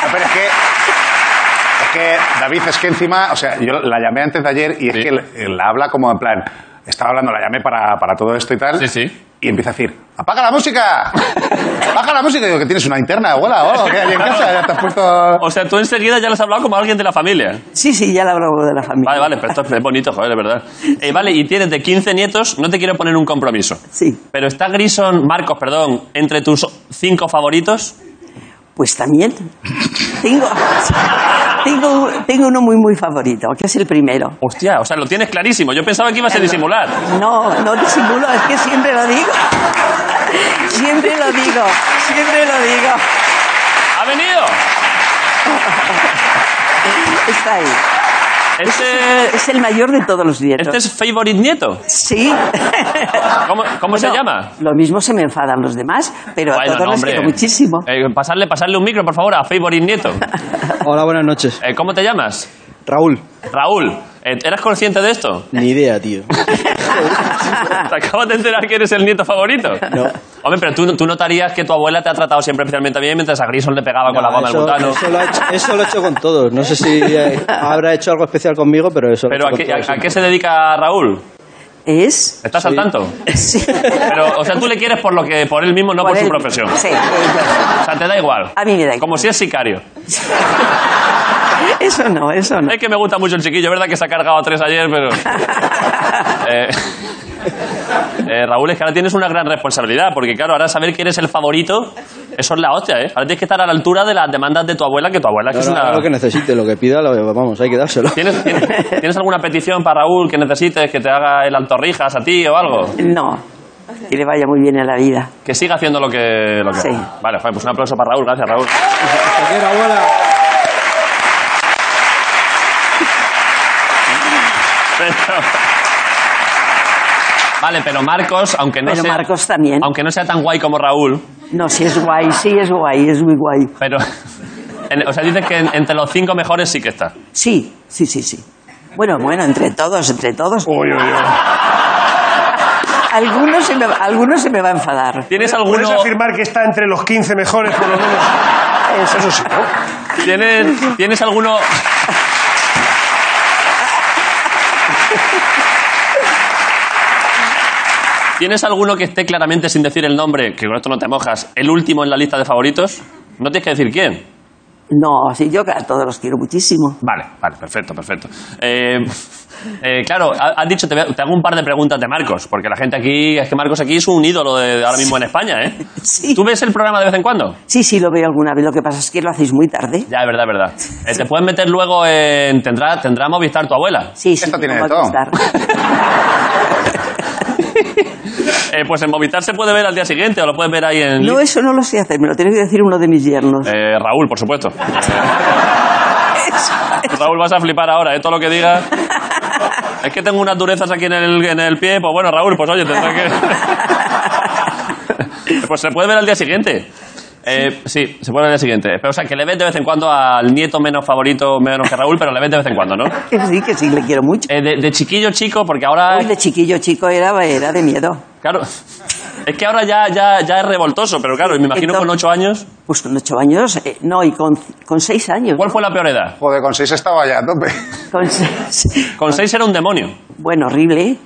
Ah, pero es que. Es que, David, es que encima. O sea, yo la llamé antes de ayer y es
Sí.
que la- la habla como en plan. Estaba hablando, la llamé para, para todo esto y tal.
Sí, sí.
Y empieza a decir: ¡Apaga la música! ¡Apaga la música! Y digo, que tienes una interna, abuela, o algo, que hay en casa, ya te has puesto.
O sea, tú enseguida ya le has hablado como a alguien de la familia.
Sí, sí, ya lo hablo de la familia.
Vale, vale, pero esto es bonito, joder, es verdad. Eh, vale, y tienes de 15 nietos, no te quiero poner un compromiso.
Sí.
Pero está Grison, Marcos, perdón, entre tus cinco favoritos.
Pues también. Tengo, tengo, tengo uno muy, muy favorito, que es el primero.
Hostia, o sea, lo tienes clarísimo. Yo pensaba que ibas a disimular.
No, no disimulo, es que siempre lo digo. Siempre lo digo, siempre lo digo.
¡Ha venido!
Está ahí.
Este,
Es el mayor de todos los nietos.
este es favorite nieto.
Sí.
¿Cómo, cómo se
Bueno,
llama?
Lo mismo se me enfadan los demás, pero
Bueno,
a todos
no,
les
hombre.
quiero muchísimo.
Eh, pasarle, pasarle un micro, por favor, a favorite nieto.
Hola, buenas noches.
Eh, ¿Cómo te llamas?
Raúl.
Raúl. eh, ¿Eras consciente de esto?
Ni idea, tío.
¿Te acabas de enterar que eres el nieto favorito?
No.
Hombre, pero tú, tú notarías que tu abuela te ha tratado siempre especialmente bien mientras a Grison le pegaba con la goma al
eso,
butano.
eso lo ha hecho, eso lo he hecho con todos. No sé si eh, habrá hecho algo especial conmigo, pero eso
Pero
lo
¿a
he hecho
qué,
con todos.
a- a qué se dedica Raúl?
Es.
¿Estás al tanto?
Sí.
Pero, o sea, tú le quieres por lo que por él mismo, no por,
Por
su
él.
profesión.
Sí.
O sea, te da igual.
A mí me da igual.
Como si es sicario.
Eso no, eso no.
Es que me gusta mucho el chiquillo, ¿verdad? Que se ha cargado a tres ayer, pero. Eh, eh, Raúl, es que ahora tienes una gran responsabilidad, porque claro, ahora saber que eres el favorito, eso es la hostia, ¿eh? Ahora tienes que estar a la altura de las demandas de tu abuela, que tu abuela que
No,
es
no,
una.
lo que necesite, lo que pida, lo- vamos, hay que dárselo.
¿Tienes, tienes, tienes alguna petición para Raúl que necesites que te haga el altorrijas a ti o algo?
No. Que le vaya muy bien en la vida.
Que siga haciendo lo que. Lo que
Sí.
Vale, joder, pues un aplauso para Raúl, gracias Raúl.
Te quiero, abuela.
Pero- Vale, pero Marcos, aunque no
Pero
sea.
Marcos también.
Aunque no sea tan guay como Raúl,
No, sí es guay, sí es guay, es muy guay.
pero. en- o sea, dices que en- entre los cinco mejores sí que está.
Sí, sí, sí, sí. Bueno, bueno, entre todos, entre todos. Algunos se me, algunos se me va a enfadar.
¿Tienes
Puedes
alguno.?
afirmar que está entre los 15 mejores, por lo menos. Eso sí, ¿no?
¿Tienes, ¿Tienes alguno.? ¿Tienes alguno que esté claramente sin decir el nombre, que con esto no te mojas, el último en la lista de favoritos? No tienes que decir quién.
No, sí, yo a todos los quiero muchísimo.
Vale, vale, perfecto, perfecto. Eh, eh, claro, ha- has dicho, te, voy a- te hago un par de preguntas de Marcos, porque la gente aquí, es que Marcos aquí es un ídolo de, ahora mismo en España, ¿eh?
Sí.
¿Tú ves el programa de vez en cuando?
Sí, sí, lo veo alguna vez. Lo que pasa es que lo hacéis muy tarde.
Ya, es verdad, es verdad. Eh, te puedes meter luego en... Tendrá, tendrá Movistar tu abuela.
Sí, sí.
Esto tiene
como
de todo.
Movistar.
Eh, pues en Movistar se puede ver al día siguiente o lo puedes ver ahí en...
No, eso no lo sé hacer. Me lo tiene que decir uno de mis yernos.
Eh, Raúl, por supuesto.
Eso, eso.
Raúl, vas a flipar ahora, ¿eh? Todo lo que digas. Es que tengo unas durezas aquí en el, en el pie. Pues bueno, Raúl, pues oye, tendrá que. pues se puede ver al día siguiente. Eh, sí, se puede ver al día siguiente. Pero, o sea, que le ves de vez en cuando al nieto menos favorito, menos que Raúl, pero le ves de vez en cuando, ¿no?
Que sí, que sí, le quiero mucho.
Eh, de, de chiquillo, chico, porque ahora.
Uy, de chiquillo, chico, era, era de miedo.
Claro. Es que ahora ya, ya, ya es revoltoso, pero claro, me imagino con ocho años.
Pues con ocho años, eh, no, y con, con seis años.
¿Cuál fue la peor edad?
Joder, con seis estaba ya a tope.
Con seis.
Con seis era un demonio.
Bueno, horrible. ¿eh?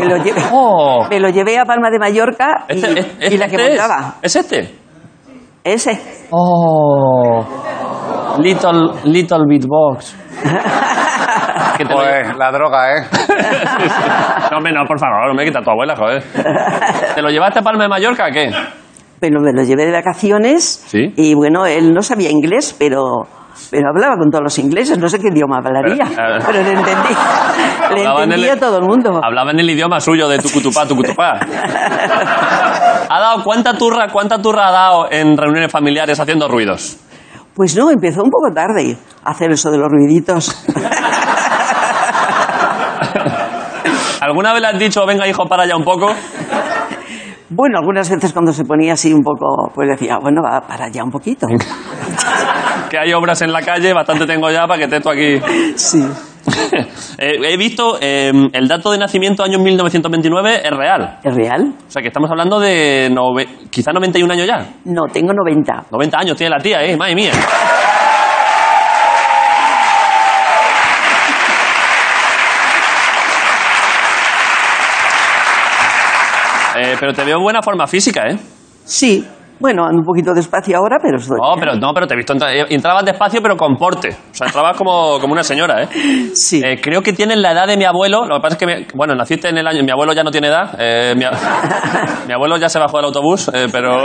Me lo llevé,
Oh.
me lo llevé a Palma de Mallorca y,
Este- es- es-
y la que
este es.
montaba.
¿Es este?
Ese.
Oh, Little, little Beatbox. Que te lo-
Joder, la droga, ¿eh?
No, hombre, no, por favor, me quita tu abuela, joder. ¿Te lo llevaste a Palma de Mallorca o qué?
Pero me lo llevé de vacaciones
Sí.
y bueno, él no sabía inglés, pero, pero hablaba con todos los ingleses, no sé qué idioma hablaría,
Pero,
pero,
eh,
le entendí, le
Hablaba en
entendí a todo el mundo.
Hablaba en el idioma suyo de tucutupá, tucutupá. ¿Ha dado cuánta turra, cuánta turra ha dado en reuniones familiares haciendo ruidos?
Pues no, empezó un poco tarde a hacer eso de los ruiditos.
¿Alguna vez le has dicho, venga hijo, para allá un poco?
Bueno, algunas veces cuando se ponía así un poco, pues decía, bueno, va para allá un poquito.
Que hay obras en la calle, bastante tengo ya para que te tú aquí.
Sí.
Eh, he visto eh, el dato de nacimiento año 1929 es real.
¿Es real?
O sea que estamos hablando de nove- quizá 91 años ya.
No, tengo 90.
90 años tiene la tía, ¿eh? Madre mía. Eh, pero te veo en buena forma física, ¿eh?
Sí. Bueno, ando un poquito despacio ahora, pero estoy.
No, pero, no, pero te he visto. entra- eh, entrabas despacio, pero con porte. O sea, entrabas como, como una señora, ¿eh?
Sí.
Eh, creo que tienes la edad de mi abuelo. Lo que pasa es que, mi- bueno, naciste en el año. Mi abuelo ya no tiene edad. eh, mi, a- mi abuelo ya se bajó del autobús, eh, pero,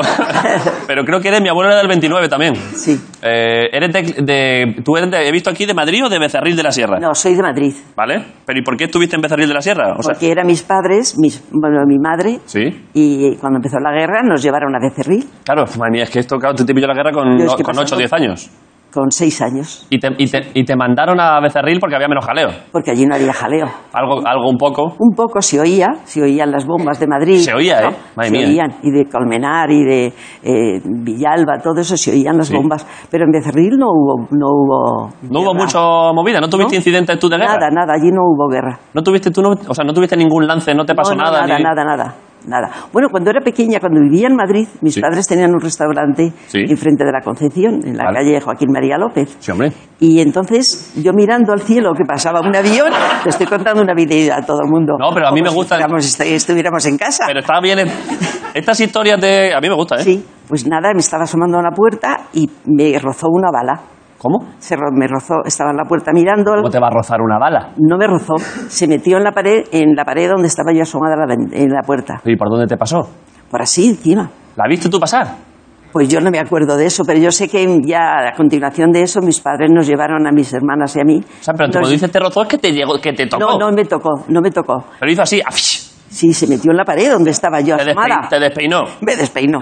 pero creo que eres mi abuelo era del 29 también.
Sí.
Eh, eres de, de- tú eres de- he visto aquí de Madrid o de Becerril de la Sierra,
No, soy de Madrid.
¿vale? Pero ¿y por qué estuviste en Becerril de la Sierra? O sea,
porque eran mis padres, mis, bueno, mi madre,
sí.
y cuando empezó la guerra nos llevaron a Becerril.
Claro, madre mía, es que esto, claro, tú te pilló la guerra con,
Yo es que
con
pasando-
8 o 10 años.
con seis años,
Y te, y te- y te mandaron a Becerril porque había menos jaleo.
porque allí no había jaleo.
Algo, algo un poco.
Un poco se oía, se oían las bombas de Madrid.
Se oía,
¿no?
¿eh? Madre
se
mía.
oían, y de Colmenar y de eh, Villalba, todo eso se oían las
Sí.
bombas. Pero en Becerril no hubo. No hubo,
No hubo
guerra.
mucho movida, no tuviste
¿No?
incidentes tú de guerra.
Nada, nada, allí no hubo guerra.
No tuviste tú, no- o sea, no tuviste ningún lance, no te pasó
No, no,
nada.
Nada,
ni-
nada, nada, nada. Bueno, cuando era pequeña, cuando vivía en Madrid, mis
Sí.
padres tenían un restaurante
Sí.
enfrente de la Concepción, en la
Vale.
calle Joaquín María López.
Sí, hombre.
Y entonces, yo mirando al cielo que pasaba un avión, te estoy contando una vida a todo el mundo.
No, pero a mí
Como
me
si
gustan-
fuéramos- estu- estuviéramos en casa.
Pero está bien. eh. Estas historias de. A mí me gusta, ¿eh?
Sí, pues nada, me estaba asomando a una puerta y me rozó una bala.
¿Cómo?
Se ro- me rozó, estaba en la puerta mirando.
¿Cómo te va a rozar una bala?
No me rozó, se metió en la pared, en la pared donde estaba yo asomada a la ven- en la puerta.
¿Y por dónde te pasó?
Por así encima.
¿La viste tú pasar?
Pues yo no me acuerdo de eso, pero yo sé que ya a continuación de eso mis padres nos llevaron a mis hermanas y a mí.
O sea, pero tú
Nos-
cuando dices te rozó es que te llegó, que te tocó.
No, no me tocó, no me tocó.
Pero hizo así, ¡afish!
Sí, se metió en la pared donde estaba yo
te, despe-
asomada.
te despeinó.
Me despeinó.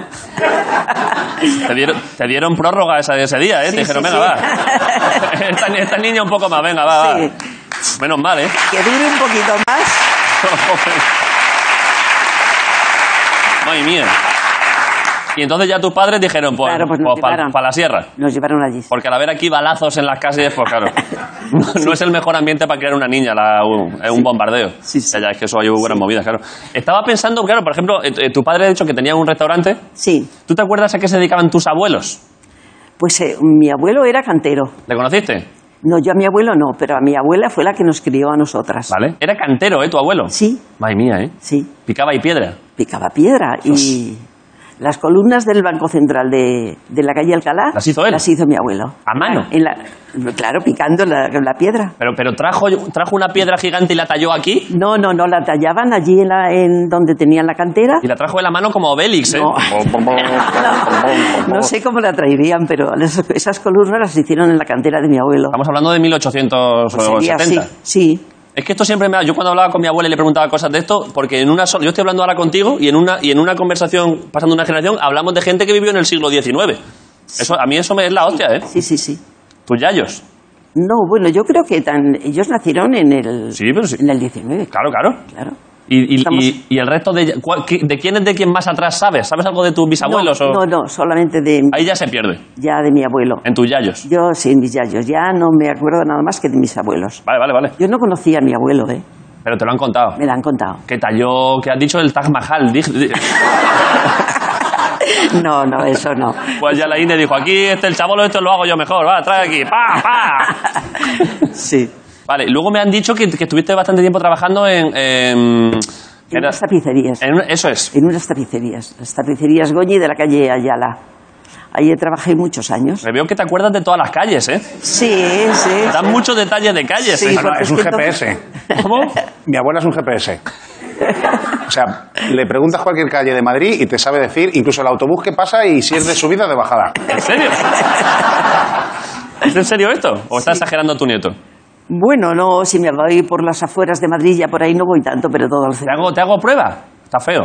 Te dieron, te dieron prórroga esa- ese, día, ¿eh?
Sí,
te dijeron,
sí,
venga,
sí.
va. Esta, ni- esta niña un poco más, venga, va, va.
Sí.
Menos mal, ¿eh?
Que dure un poquito más.
Madre mía. Y entonces ya tus padres dijeron, pues,
Claro, pues nos
para
llevaron.
la sierra.
Nos llevaron allí.
Porque al haber aquí balazos en las calles, pues claro, no, no es el mejor ambiente para crear una niña, la- un, es un bombardeo.
Sí, sí.
Ya, ya, es que eso hay buenas movidas, claro. Estaba pensando, claro, por ejemplo, eh, tu padre ha dicho que tenía un restaurante.
Sí,
¿Tú te acuerdas a qué se dedicaban tus abuelos?
pues eh, mi abuelo era cantero.
¿Le conociste?
No, yo a mi abuelo no, pero a mi abuela fue la que nos crió a nosotras.
¿Vale? Era cantero, ¿eh? Tu abuelo.
Sí,
Madre mía, ¿eh?
sí.
Picaba y piedra.
Picaba piedra y las columnas del Banco Central de, de la calle Alcalá
¿Las hizo él?
Las hizo mi abuelo.
¿A mano?
En la- claro, picando la, la piedra.
Pero, pero trajo, trajo una piedra gigante y la talló aquí.
No, no, no, la tallaban allí en, la- en donde tenían la cantera.
Y la trajo de la mano como Obélix, ¿eh?
No. No sé cómo la traerían, pero las- esas columnas las hicieron en la cantera de mi abuelo.
Estamos hablando de 1870.
Pues sería así, sí.
Es que esto siempre me ha... Yo cuando hablaba con mi abuela y le preguntaba cosas de esto, porque en una sola... Yo estoy hablando ahora contigo y en una, y en una conversación, pasando una generación, hablamos de gente que vivió en el siglo XIX. Eso, a mí eso me es la hostia, ¿eh?
Sí, sí, sí.
Tus yayos.
No, bueno, yo creo que tan, ellos nacieron en el,
Sí, pero sí.
en el 19,
Claro, claro.
claro.
Y, y-
Estamos-
y- y el resto de... ¿cuál- qué- ¿De quién es de quién más atrás sabes? ¿Sabes algo de tus bisabuelos?
no,
o...
no, no, solamente de,
Ahí ya se pierde,
ya de mi abuelo.
en tus yayos.
Yo, sí, mis yayos. Ya no me acuerdo nada más que de mis abuelos.
Vale, vale, vale.
Yo no conocía a mi abuelo, ¿eh?
Pero te lo han contado.
Me la han contado.
Que talló... Que has dicho el Taj Mahal. Dij- di-
No, no, eso no.
Pues ya la INE dijo, aquí este, el chabolo esto lo hago yo mejor. Va, trae aquí. Pa, pa.
Sí.
Vale, luego me han dicho que, que estuviste bastante tiempo trabajando en... en-
En
era-
unas tapicerías.
en un- eso es.
En unas tapicerías. Las tapicerías Goñi de la calle Ayala. Ahí trabajé muchos años.
Me veo que te acuerdas de todas las calles, ¿eh?
Sí, sí.
Dan mucho detalle de calles,
Sí,
¿eh?
No, no,
porque
es un
es que
GPS.
¿Cómo?
Mi abuela es un GPS. O sea, le preguntas cualquier calle de Madrid y te sabe decir incluso el autobús que pasa y si es de subida o de bajada.
¿En serio? ¿Es en serio esto? ¿O está exagerando tu nieto?
Bueno, no, si me voy por las afueras de Madrid, ya por ahí no voy tanto, pero todo el
¿Te
centro.
hago, te hago prueba? Está feo.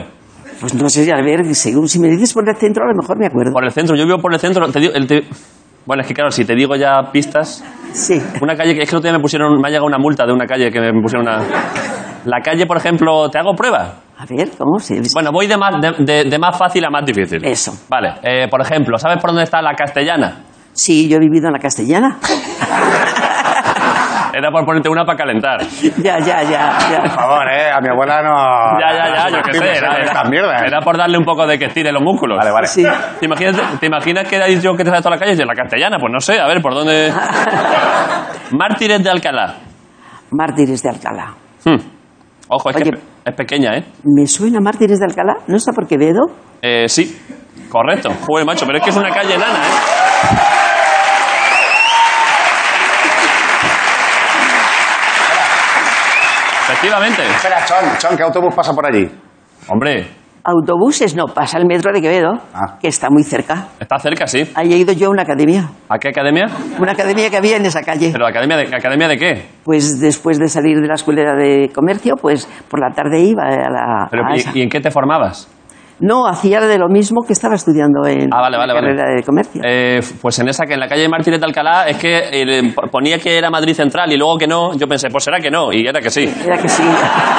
Pues no sé, a ver, según si me dices por el centro, a lo mejor me acuerdo.
Por el centro, yo vivo por el centro. te digo- el te- Bueno, es que claro, si te digo ya pistas...
Sí.
Una calle que es que el otro día me pusieron, me ha llegado una multa de una calle que me pusieron una. La calle, por ejemplo, ¿te hago prueba?
A ver, ¿cómo se dice?
Bueno, voy de más, de, de- de más fácil a más difícil.
Eso.
Vale, eh, por ejemplo, ¿sabes por dónde está la castellana?
Sí, yo he vivido en la castellana.
Era por ponerte una para calentar.
ya, ya, ya,
Por
ya.
favor, eh, a mi abuela Ah, no.
ya, ya, ya, yo qué sé. Era, era-
Estas mierdas.
era por darle un poco de que estire los músculos.
Vale, vale.
Sí.
¿Te imaginas, ¿Te imaginas que erais yo que te sabes toda la calle? Y yo, la castellana, pues no sé, a ver, ¿por dónde...? Mártires de Alcalá.
Mártires de Alcalá.
Hmm. Ojo, es que
Oye.
es pe- es pequeña, ¿eh?
¿Me suena Mártires de Alcalá? ¿No está por Quevedo?
Eh, sí, correcto. Joder, macho, pero es que es una calle enana, ¿eh? Efectivamente.
Espera, Chon, Chon, ¿qué autobús pasa por allí?
Hombre,
Autobuses no, pasa el metro de Quevedo,
Ah.
que está muy cerca.
está cerca, sí.
Ahí he ido yo a una academia,
¿A qué academia?
una academia que había en esa calle.
¿Pero academia de, academia de qué?
Pues después de salir de la escuela de comercio, pues por la tarde iba a la...
Pero,
a
¿y-
esa.
¿y, en qué te formabas?
No, hacía de lo mismo que estaba estudiando en
Ah, vale, vale,
la
vale.
carrera de comercio.
Eh, pues en esa que en la calle Martínez de Alcalá es que eh, ponía que era Madrid Central y luego que no. Yo pensé, pues será que no. Y era que sí.
Era que sí.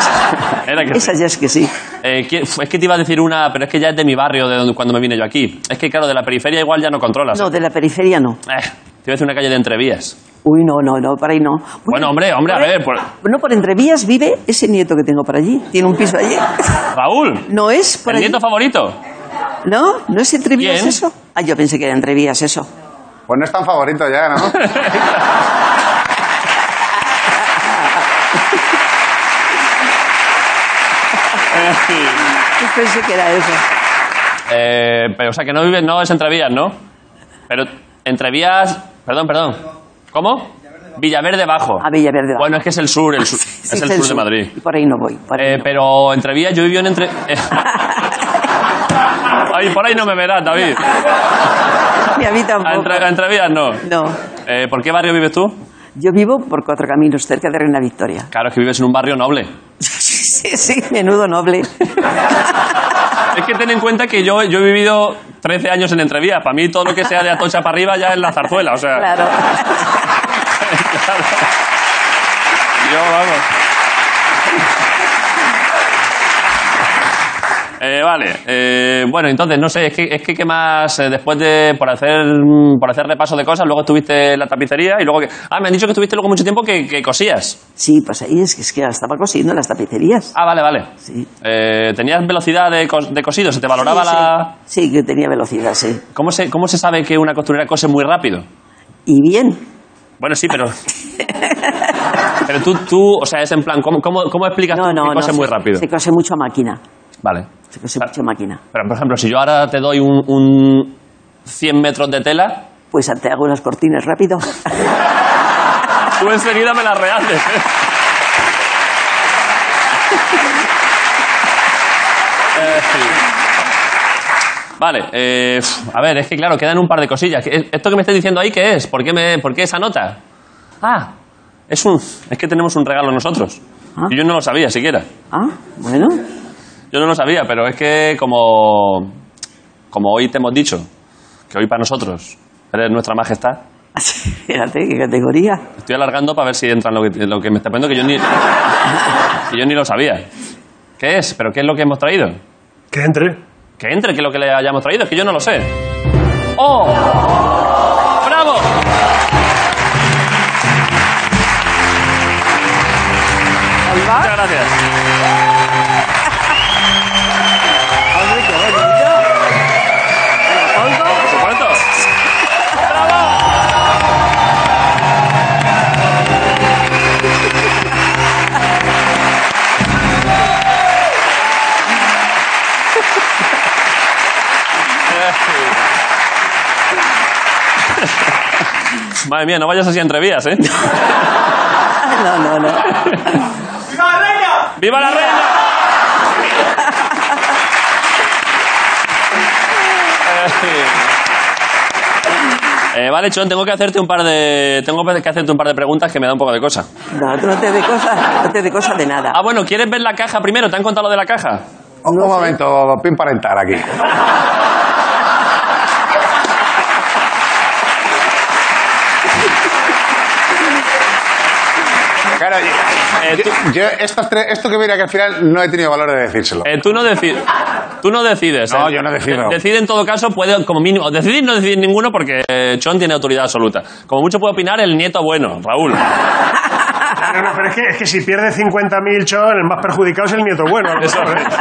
Era que
Esa
sí.
ya es que sí.
Eh, que- fu- es que te iba a decir una, pero es que ya es de mi barrio, de donde, cuando me vine yo aquí. Es que, claro, de la periferia igual ya no controlas.
No, de la periferia no.
Eh, te iba a decir una calle de entrevías.
Uy, no, no, no, por ahí no. Bueno,
Bueno, hombre, hombre, a
por ahí-
ver, por-
No, por Entrevías vive ese nieto que tengo por allí. Tiene un piso allí.
Raúl,
No es por
¿el
allí.
nieto favorito?
No, no es Entrevías
¿Quién?
eso. Ah, yo pensé que era Entrevías eso.
Pues no es tan favorito ya, ¿no?
Yo pensé que era eso.
Eh, pero, o sea, que no vives, no es entrevías, ¿no? Pero entrevías... Perdón, perdón. ¿Cómo? Villaverde Bajo.
A Ah, Villaverde Bajo.
Bueno, es que es el sur, el sur
Sí,
es el sur de Madrid.
Y por ahí no voy. por ahí
Eh,
no.
pero entrevías, yo vivo en entre... eh. Ay, por ahí no me verás, David.
Ni a mí
A,
tampoco.
entre- a entrevías no.
No.
Eh, ¿Por qué barrio vives tú?
Yo vivo por Cuatro Caminos, cerca de Reina Victoria.
Claro, es que vives en un barrio noble.
Sí, sí, menudo noble.
Es que ten en cuenta que yo, yo he vivido 13 años en entrevías. Para mí todo lo que sea de Atocha para arriba ya es la zarzuela. O sea,
Claro.
yo vamos. Eh, vale, eh, bueno, entonces no sé, es que, es que qué más, eh, después de, por hacer, mm, por hacer repaso de cosas, luego estuviste en la tapicería y luego que... Ah, me han dicho que estuviste luego mucho tiempo que, que cosías.
Sí, pues ahí es que, es que estaba cosiendo las tapicerías.
Ah, vale, vale.
Sí.
Eh, ¿Tenías velocidad de, cos- de cosido? ¿Se te valoraba
Sí, sí.
la...?
Sí, que tenía velocidad, sí.
¿Cómo se, ¿Cómo se sabe que una costurera cose muy rápido?
Y bien,
Bueno, sí, pero... pero tú, tú, o sea, es en plan, ¿cómo, cómo, cómo explicas
no,
tú
no,
que
no.
cose
se-
muy rápido?
Se cose mucho a máquina.
Vale.
Se cose
Ah.
mucho a máquina.
Pero, por ejemplo, si yo ahora te doy un, un 100 metros de tela,
Pues te hago unas cortinas rápido.
tú enseguida me la rehaces. ¿eh? Eh, sí. Vale, eh, uf, a ver, es que claro, quedan un par de cosillas. ¿Qué- ¿Esto que me estás diciendo ahí qué es? ¿Por qué, me, ¿Por qué esa nota? Ah, es, un, es que tenemos un regalo nosotros.
Ah.
Y yo no lo sabía siquiera.
Ah, bueno.
Yo no lo sabía, pero es que como, como hoy te hemos dicho, que hoy para nosotros eres nuestra majestad,
Así, Fíjate qué categoría.
estoy alargando para ver si entran lo que, lo que me está poniendo, que yo, ni, que yo ni lo sabía. ¿Qué es? ¿Pero qué es lo que hemos traído?
Que entre.
Que entre, que es lo que le hayamos traído, es que yo no lo sé. ¡Oh! ¡Bravo! Muchas gracias. Por supuesto. Madre mía, no vayas así a entrevías, ¿eh?
No, Ah, no, no.
¡Viva la reina! Eh, vale, Chon, tengo que hacerte un par de tengo que hacerte un par de preguntas que me da un poco de cosa.
No, tú no te de cosas, no te de cosas de nada.
Ah, bueno, ¿quieres ver la caja primero? ¿Te han contado lo de la caja?
Un momento, pin parental aquí. Claro, y-
Eh, tú,
yo estos tres- esto que mira que al final no he tenido valor de decírselo.
eh, tú no decides. Tú no decides.
No,
eh.
yo no decido.
De- Decide en todo caso, puede como mínimo decidir no decidir ninguno porque eh, Chon tiene autoridad absoluta. Como mucho puede opinar el nieto bueno, Raúl.
No, no, pero es que, es que si pierde 50.000, chon, el más perjudicado es el nieto bueno. a lo
Eso
mejor, ¿eh?
es.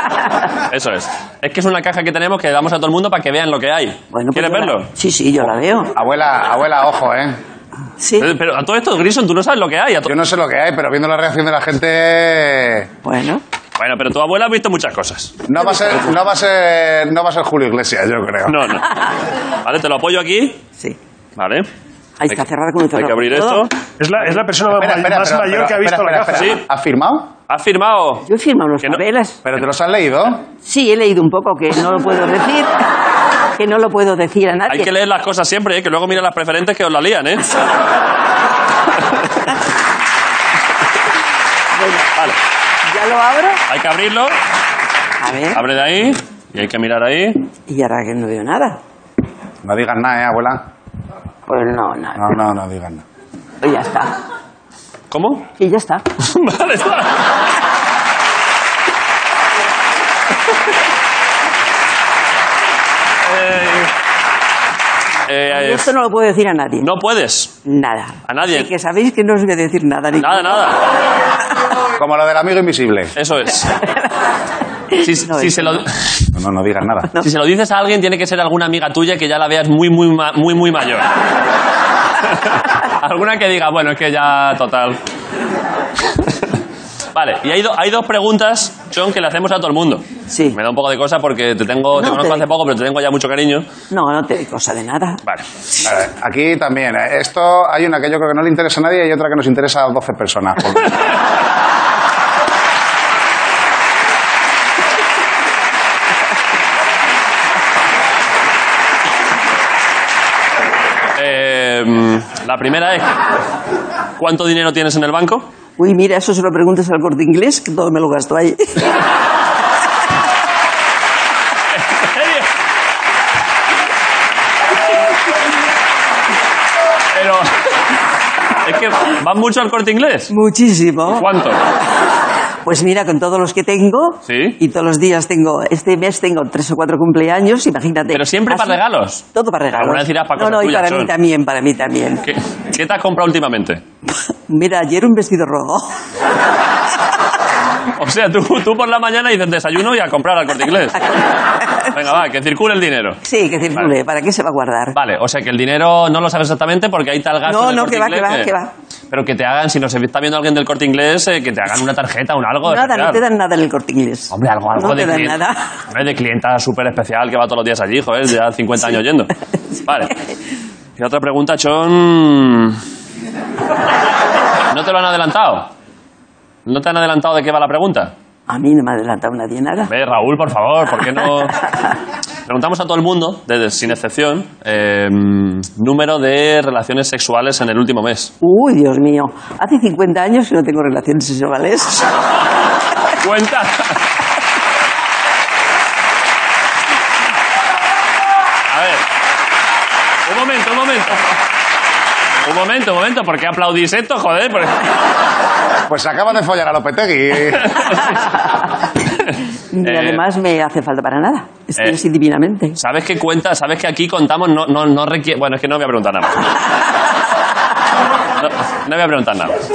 Eso es. Es que es una caja que tenemos que damos a todo el mundo para que vean lo que hay.
Bueno, pues
¿Quieres
yo la-
verlo?
Sí, sí, yo la veo.
Abuela, abuela, ojo, ¿eh?
Sí.
Eh, Pero a todo esto, Grison, tú no sabes lo que hay. a to-
Yo no sé lo que hay, pero viendo la reacción de la gente...
Bueno,
Bueno, pero tu abuela ha visto muchas cosas.
No va a ser, no va a ser, no va a ser Julio Iglesias, yo creo.
No, no. Vale, te lo apoyo aquí.
sí.
Vale.
Ahí está cerrada con un
Hay
zorro.
que abrir esto.
Es la, es la persona
Espera,
ma-
espera,
más
pero-
mayor
pero-
que ha visto
espera,
la caja.
espera, espera.
Sí.
¿Has firmado?
¿Has firmado?
Yo he firmado unas
Que no-
papelas.
¿Pero te los has leído?
Sí, he leído un poco que no lo puedo decir. Que no lo puedo decir a nadie.
Hay que leer las cosas siempre, ¿eh? que luego miran las preferentes que os la lían, ¿eh?
Bueno,
Vale.
ya lo abro.
Hay que abrirlo.
A ver.
Abre de ahí. Y hay que mirar ahí.
Y ahora que no veo nada.
No digas nada, ¿eh, abuela?
Pues no, no.
No, no, no digas nada.
Pues ya está.
¿Cómo?
Y ya está.
vale, está. Eh, eh,
Yo
eh,
esto no lo puedo decir a nadie.
no puedes.
Nada.
A nadie.
Así que sabéis que no os voy a decir nada. ni-
Nada, nada.
Como lo del amigo invisible.
Eso es. Si,
No,
si
eso
se lo,
no.
No, no, no digas nada.
si se lo dices a alguien, tiene que ser alguna amiga tuya que ya la veas muy, muy, ma- muy, muy mayor. alguna que diga, bueno, es que ya total. vale, y hay, do- hay dos preguntas, John, que le hacemos a todo el mundo.
Sí.
Me da un poco de cosa porque te tengo, te
No,
conozco
te-
hace poco, pero te tengo ya mucho cariño.
No, no te doy cosa de nada.
Vale.
A ver, Aquí también. eh, Esto hay una que yo creo que no le interesa a nadie y otra que nos interesa a 12 personas. Pues, porque-
Eh, mm, la primera es, ¿cuánto dinero tienes en el banco?
Uy, mira, eso se lo preguntas al corte inglés, que todo me lo gastó ahí.
Pero es que van mucho al corte inglés.
Muchísimo.
¿Cuánto?
Pues mira, con todos los que tengo,
Sí.
y todos los días tengo, este mes tengo tres o cuatro cumpleaños, imagínate.
Pero siempre para regalos.
Todo para regalos.
Alguna vez irás para
No,
cosas
no, y
tuyas,
para
Sol.
mí también, para mí también.
¿Qué, qué te has comprado últimamente?
Mira, ayer un vestido rojo.
O sea, tú, tú por la mañana dices desayuno y a comprar al corte inglés. Venga, va, que circule el dinero.
Sí, que circule,
Vale.
¿para qué se va a guardar?
Vale, o sea que el dinero no lo sabes exactamente porque hay tal gasto.
No,
en el
no,
Corte
que va, que
Inglés eh.
va, que va.
Pero que te hagan, si nos está viendo alguien del corte inglés, eh, que te hagan una tarjeta o un algo.
nada, no
especial.
te dan nada en el corte inglés.
Hombre, algo, algo
no
de
te dan
clienta-
nada.
hombre, de clienta súper especial que va todos los días allí, joder, ya 50 años yendo. Vale. Y otra pregunta, Chon. ¿No te lo han adelantado? ¿No te han adelantado de qué va la pregunta?
A mí no me ha adelantado nadie nada.
Ve, Raúl, por favor, ¿por qué no...? Preguntamos a todo el mundo, desde- sin excepción, eh, número de relaciones sexuales en el último mes.
Uy, Dios mío. Hace 50 años que no tengo relaciones sexuales.
¡Cuenta! A ver. Un momento, un momento. Un momento, un momento. ¿Por qué aplaudís esto, joder? Por-
Pues se acaba de follar a Lopetegui.
Ni
Eh,
además me hace falta para nada. Estoy
eh.
así divinamente.
¿Sabes qué cuenta? ¿Sabes que aquí contamos? No, no, no requiere... Bueno, es que no voy a preguntar nada más. No, no voy a preguntar nada más.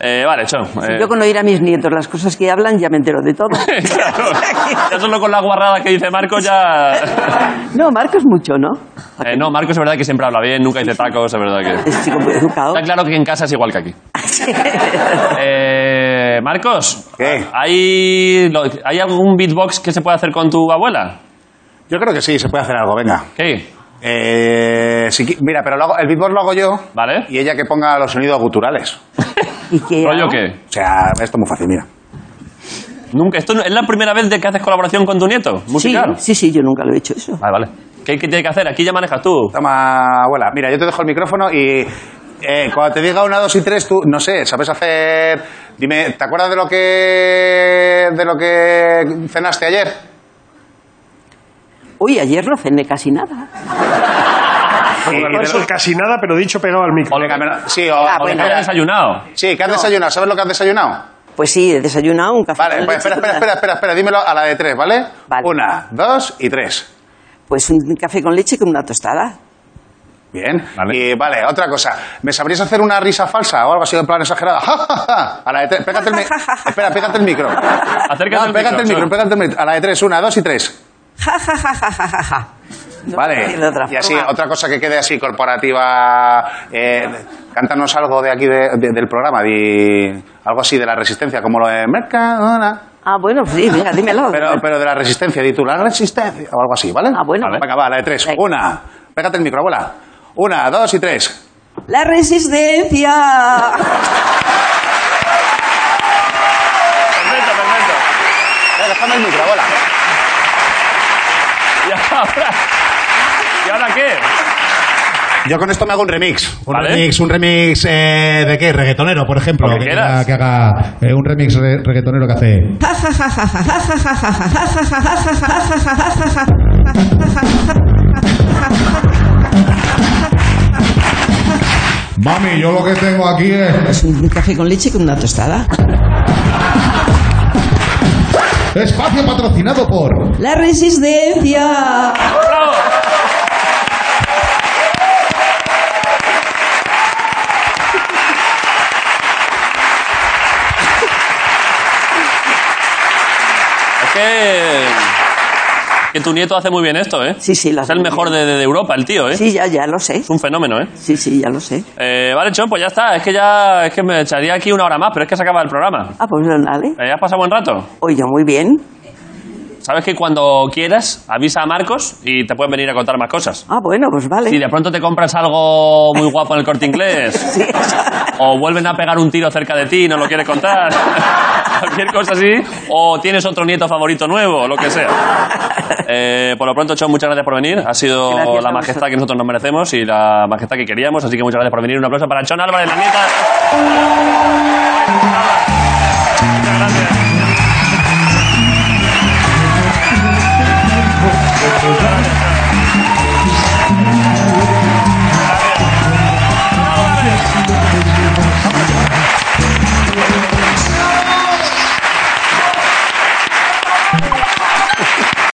Eh, vale, chao. Eh,
Yo con oír a mis nietos las cosas que hablan ya me entero de todo.
claro. Ya solo con la guarrada que dice Marco ya...
No, Marco es mucho, ¿no?
Eh, no, Marco es verdad que siempre habla bien, nunca dice tacos, es verdad que...
Es chico muy educado.
Está claro que en casa es igual que aquí. Eh, Marcos,
¿Qué?
¿hay, lo- ¿hay algún beatbox que se puede hacer con tu abuela?
Yo creo que sí, se puede hacer algo, venga.
¿Qué?
Eh, si qui- mira, pero lo hago- el beatbox lo hago yo.
Vale.
Y ella que ponga los sonidos guturales.
¿Y qué?
¿Rollo
hago?
qué?
O sea, esto es muy fácil, mira.
Nunca, esto no- es la primera vez de que haces colaboración con tu nieto,
Sí,
musical.
sí, sí, yo nunca lo he hecho eso.
Vale, vale. ¿Qué, qué tiene que hacer? Aquí ya manejas tú.
Ah,
Toma, abuela. Mira, yo te dejo el micrófono y eh, cuando te diga una, dos y tres, tú, no sé, sabes hacer. Dime, ¿te acuerdas de lo que de lo que cenaste ayer?
Uy, ayer no cené casi nada.
Ah,
Por
pues
eso el casi nada, pero dicho pegado al micro.
Venga, me lo- Sí, o-
Ah,
Porque
bueno.
has desayunado.
sí, ¿qué has desayunado? ¿Sabes lo que has desayunado?
Pues sí, he desayunado un café.
Vale,
con
pues
leche
espera,
con
espera, espera,
una-
espera, espera, dímelo a la de tres, ¿vale?
Vale.
Una, dos y tres.
Pues un café con leche con una tostada.
Bien.
Vale.
Y vale, otra cosa. ¿Me sabrías hacer una risa falsa o algo así de plan exagerada? ¡Ja, ja, ja! A la de tres. Pégate el mi- Espera, pégate el micro.
Acércate al
pégate
micro,
el micro,
Sol.
pégate el micro. A la de tres. Una, dos y tres.
Ja, ja, ja, ja, ja, ja, ja. No puedo
Vale.
decirlo de otra
y así,
forma.
otra cosa que quede así corporativa. Eh, cántanos algo de aquí de- de- del programa. di- algo así de la resistencia, como lo de Mercadona.
Ah, bueno, sí, venga, dímelo.
Pero, pero de la resistencia, di tú la resistencia o algo así, ¿vale?
Ah, bueno.
Vale. Venga, va, a la de tres.
Venga.
Una. Pégate el micro, abuela. Una, dos y tres.
La resistencia.
Perfecto, perfecto.
Venga, déjame el micro, abuela.
¿Y ahora, ¿y ahora qué?
Yo con esto me hago un remix.
Un
¿Vale?
remix, un remix eh, de qué? Reggaetonero, por ejemplo.
Lo que
que,
quieras.
haga, que haga, eh, un remix re- reggaetonero que hace. Mami, yo lo que tengo aquí es,
Un café con leche con una tostada.
espacio patrocinado por.
La resistencia.
Es que. Que tu nieto hace muy bien esto, ¿eh?
Sí, sí, lo
Es
hace
el
muy
mejor de,
bien.
de Europa, el tío, ¿eh?
Sí, ya, ya lo sé.
Es un fenómeno, ¿eh?
Sí, sí, ya lo sé.
Eh, Vale, chon, pues ya está. Es que ya. Es que me echaría aquí una hora más, pero es que se acaba el programa.
Ah, pues nada, ¿eh?
Eh, ¿Has pasado buen rato?
Oye, muy bien.
Sabes que cuando quieras, avisa a Marcos y te pueden venir a contar más cosas.
Ah, bueno, pues vale.
Si de pronto te compras algo muy guapo en el corte inglés,
Sí, eso.
o vuelven a pegar un tiro cerca de ti y no lo quieres contar, cualquier cosa así, o tienes otro nieto favorito nuevo, lo que sea. Eh, por lo pronto, Chon, muchas gracias por venir. Ha sido
Gracias a
la majestad que nosotros nos merecemos y la majestad que queríamos, así que muchas gracias por venir. Un aplauso para Chon Álvarez, la nieta.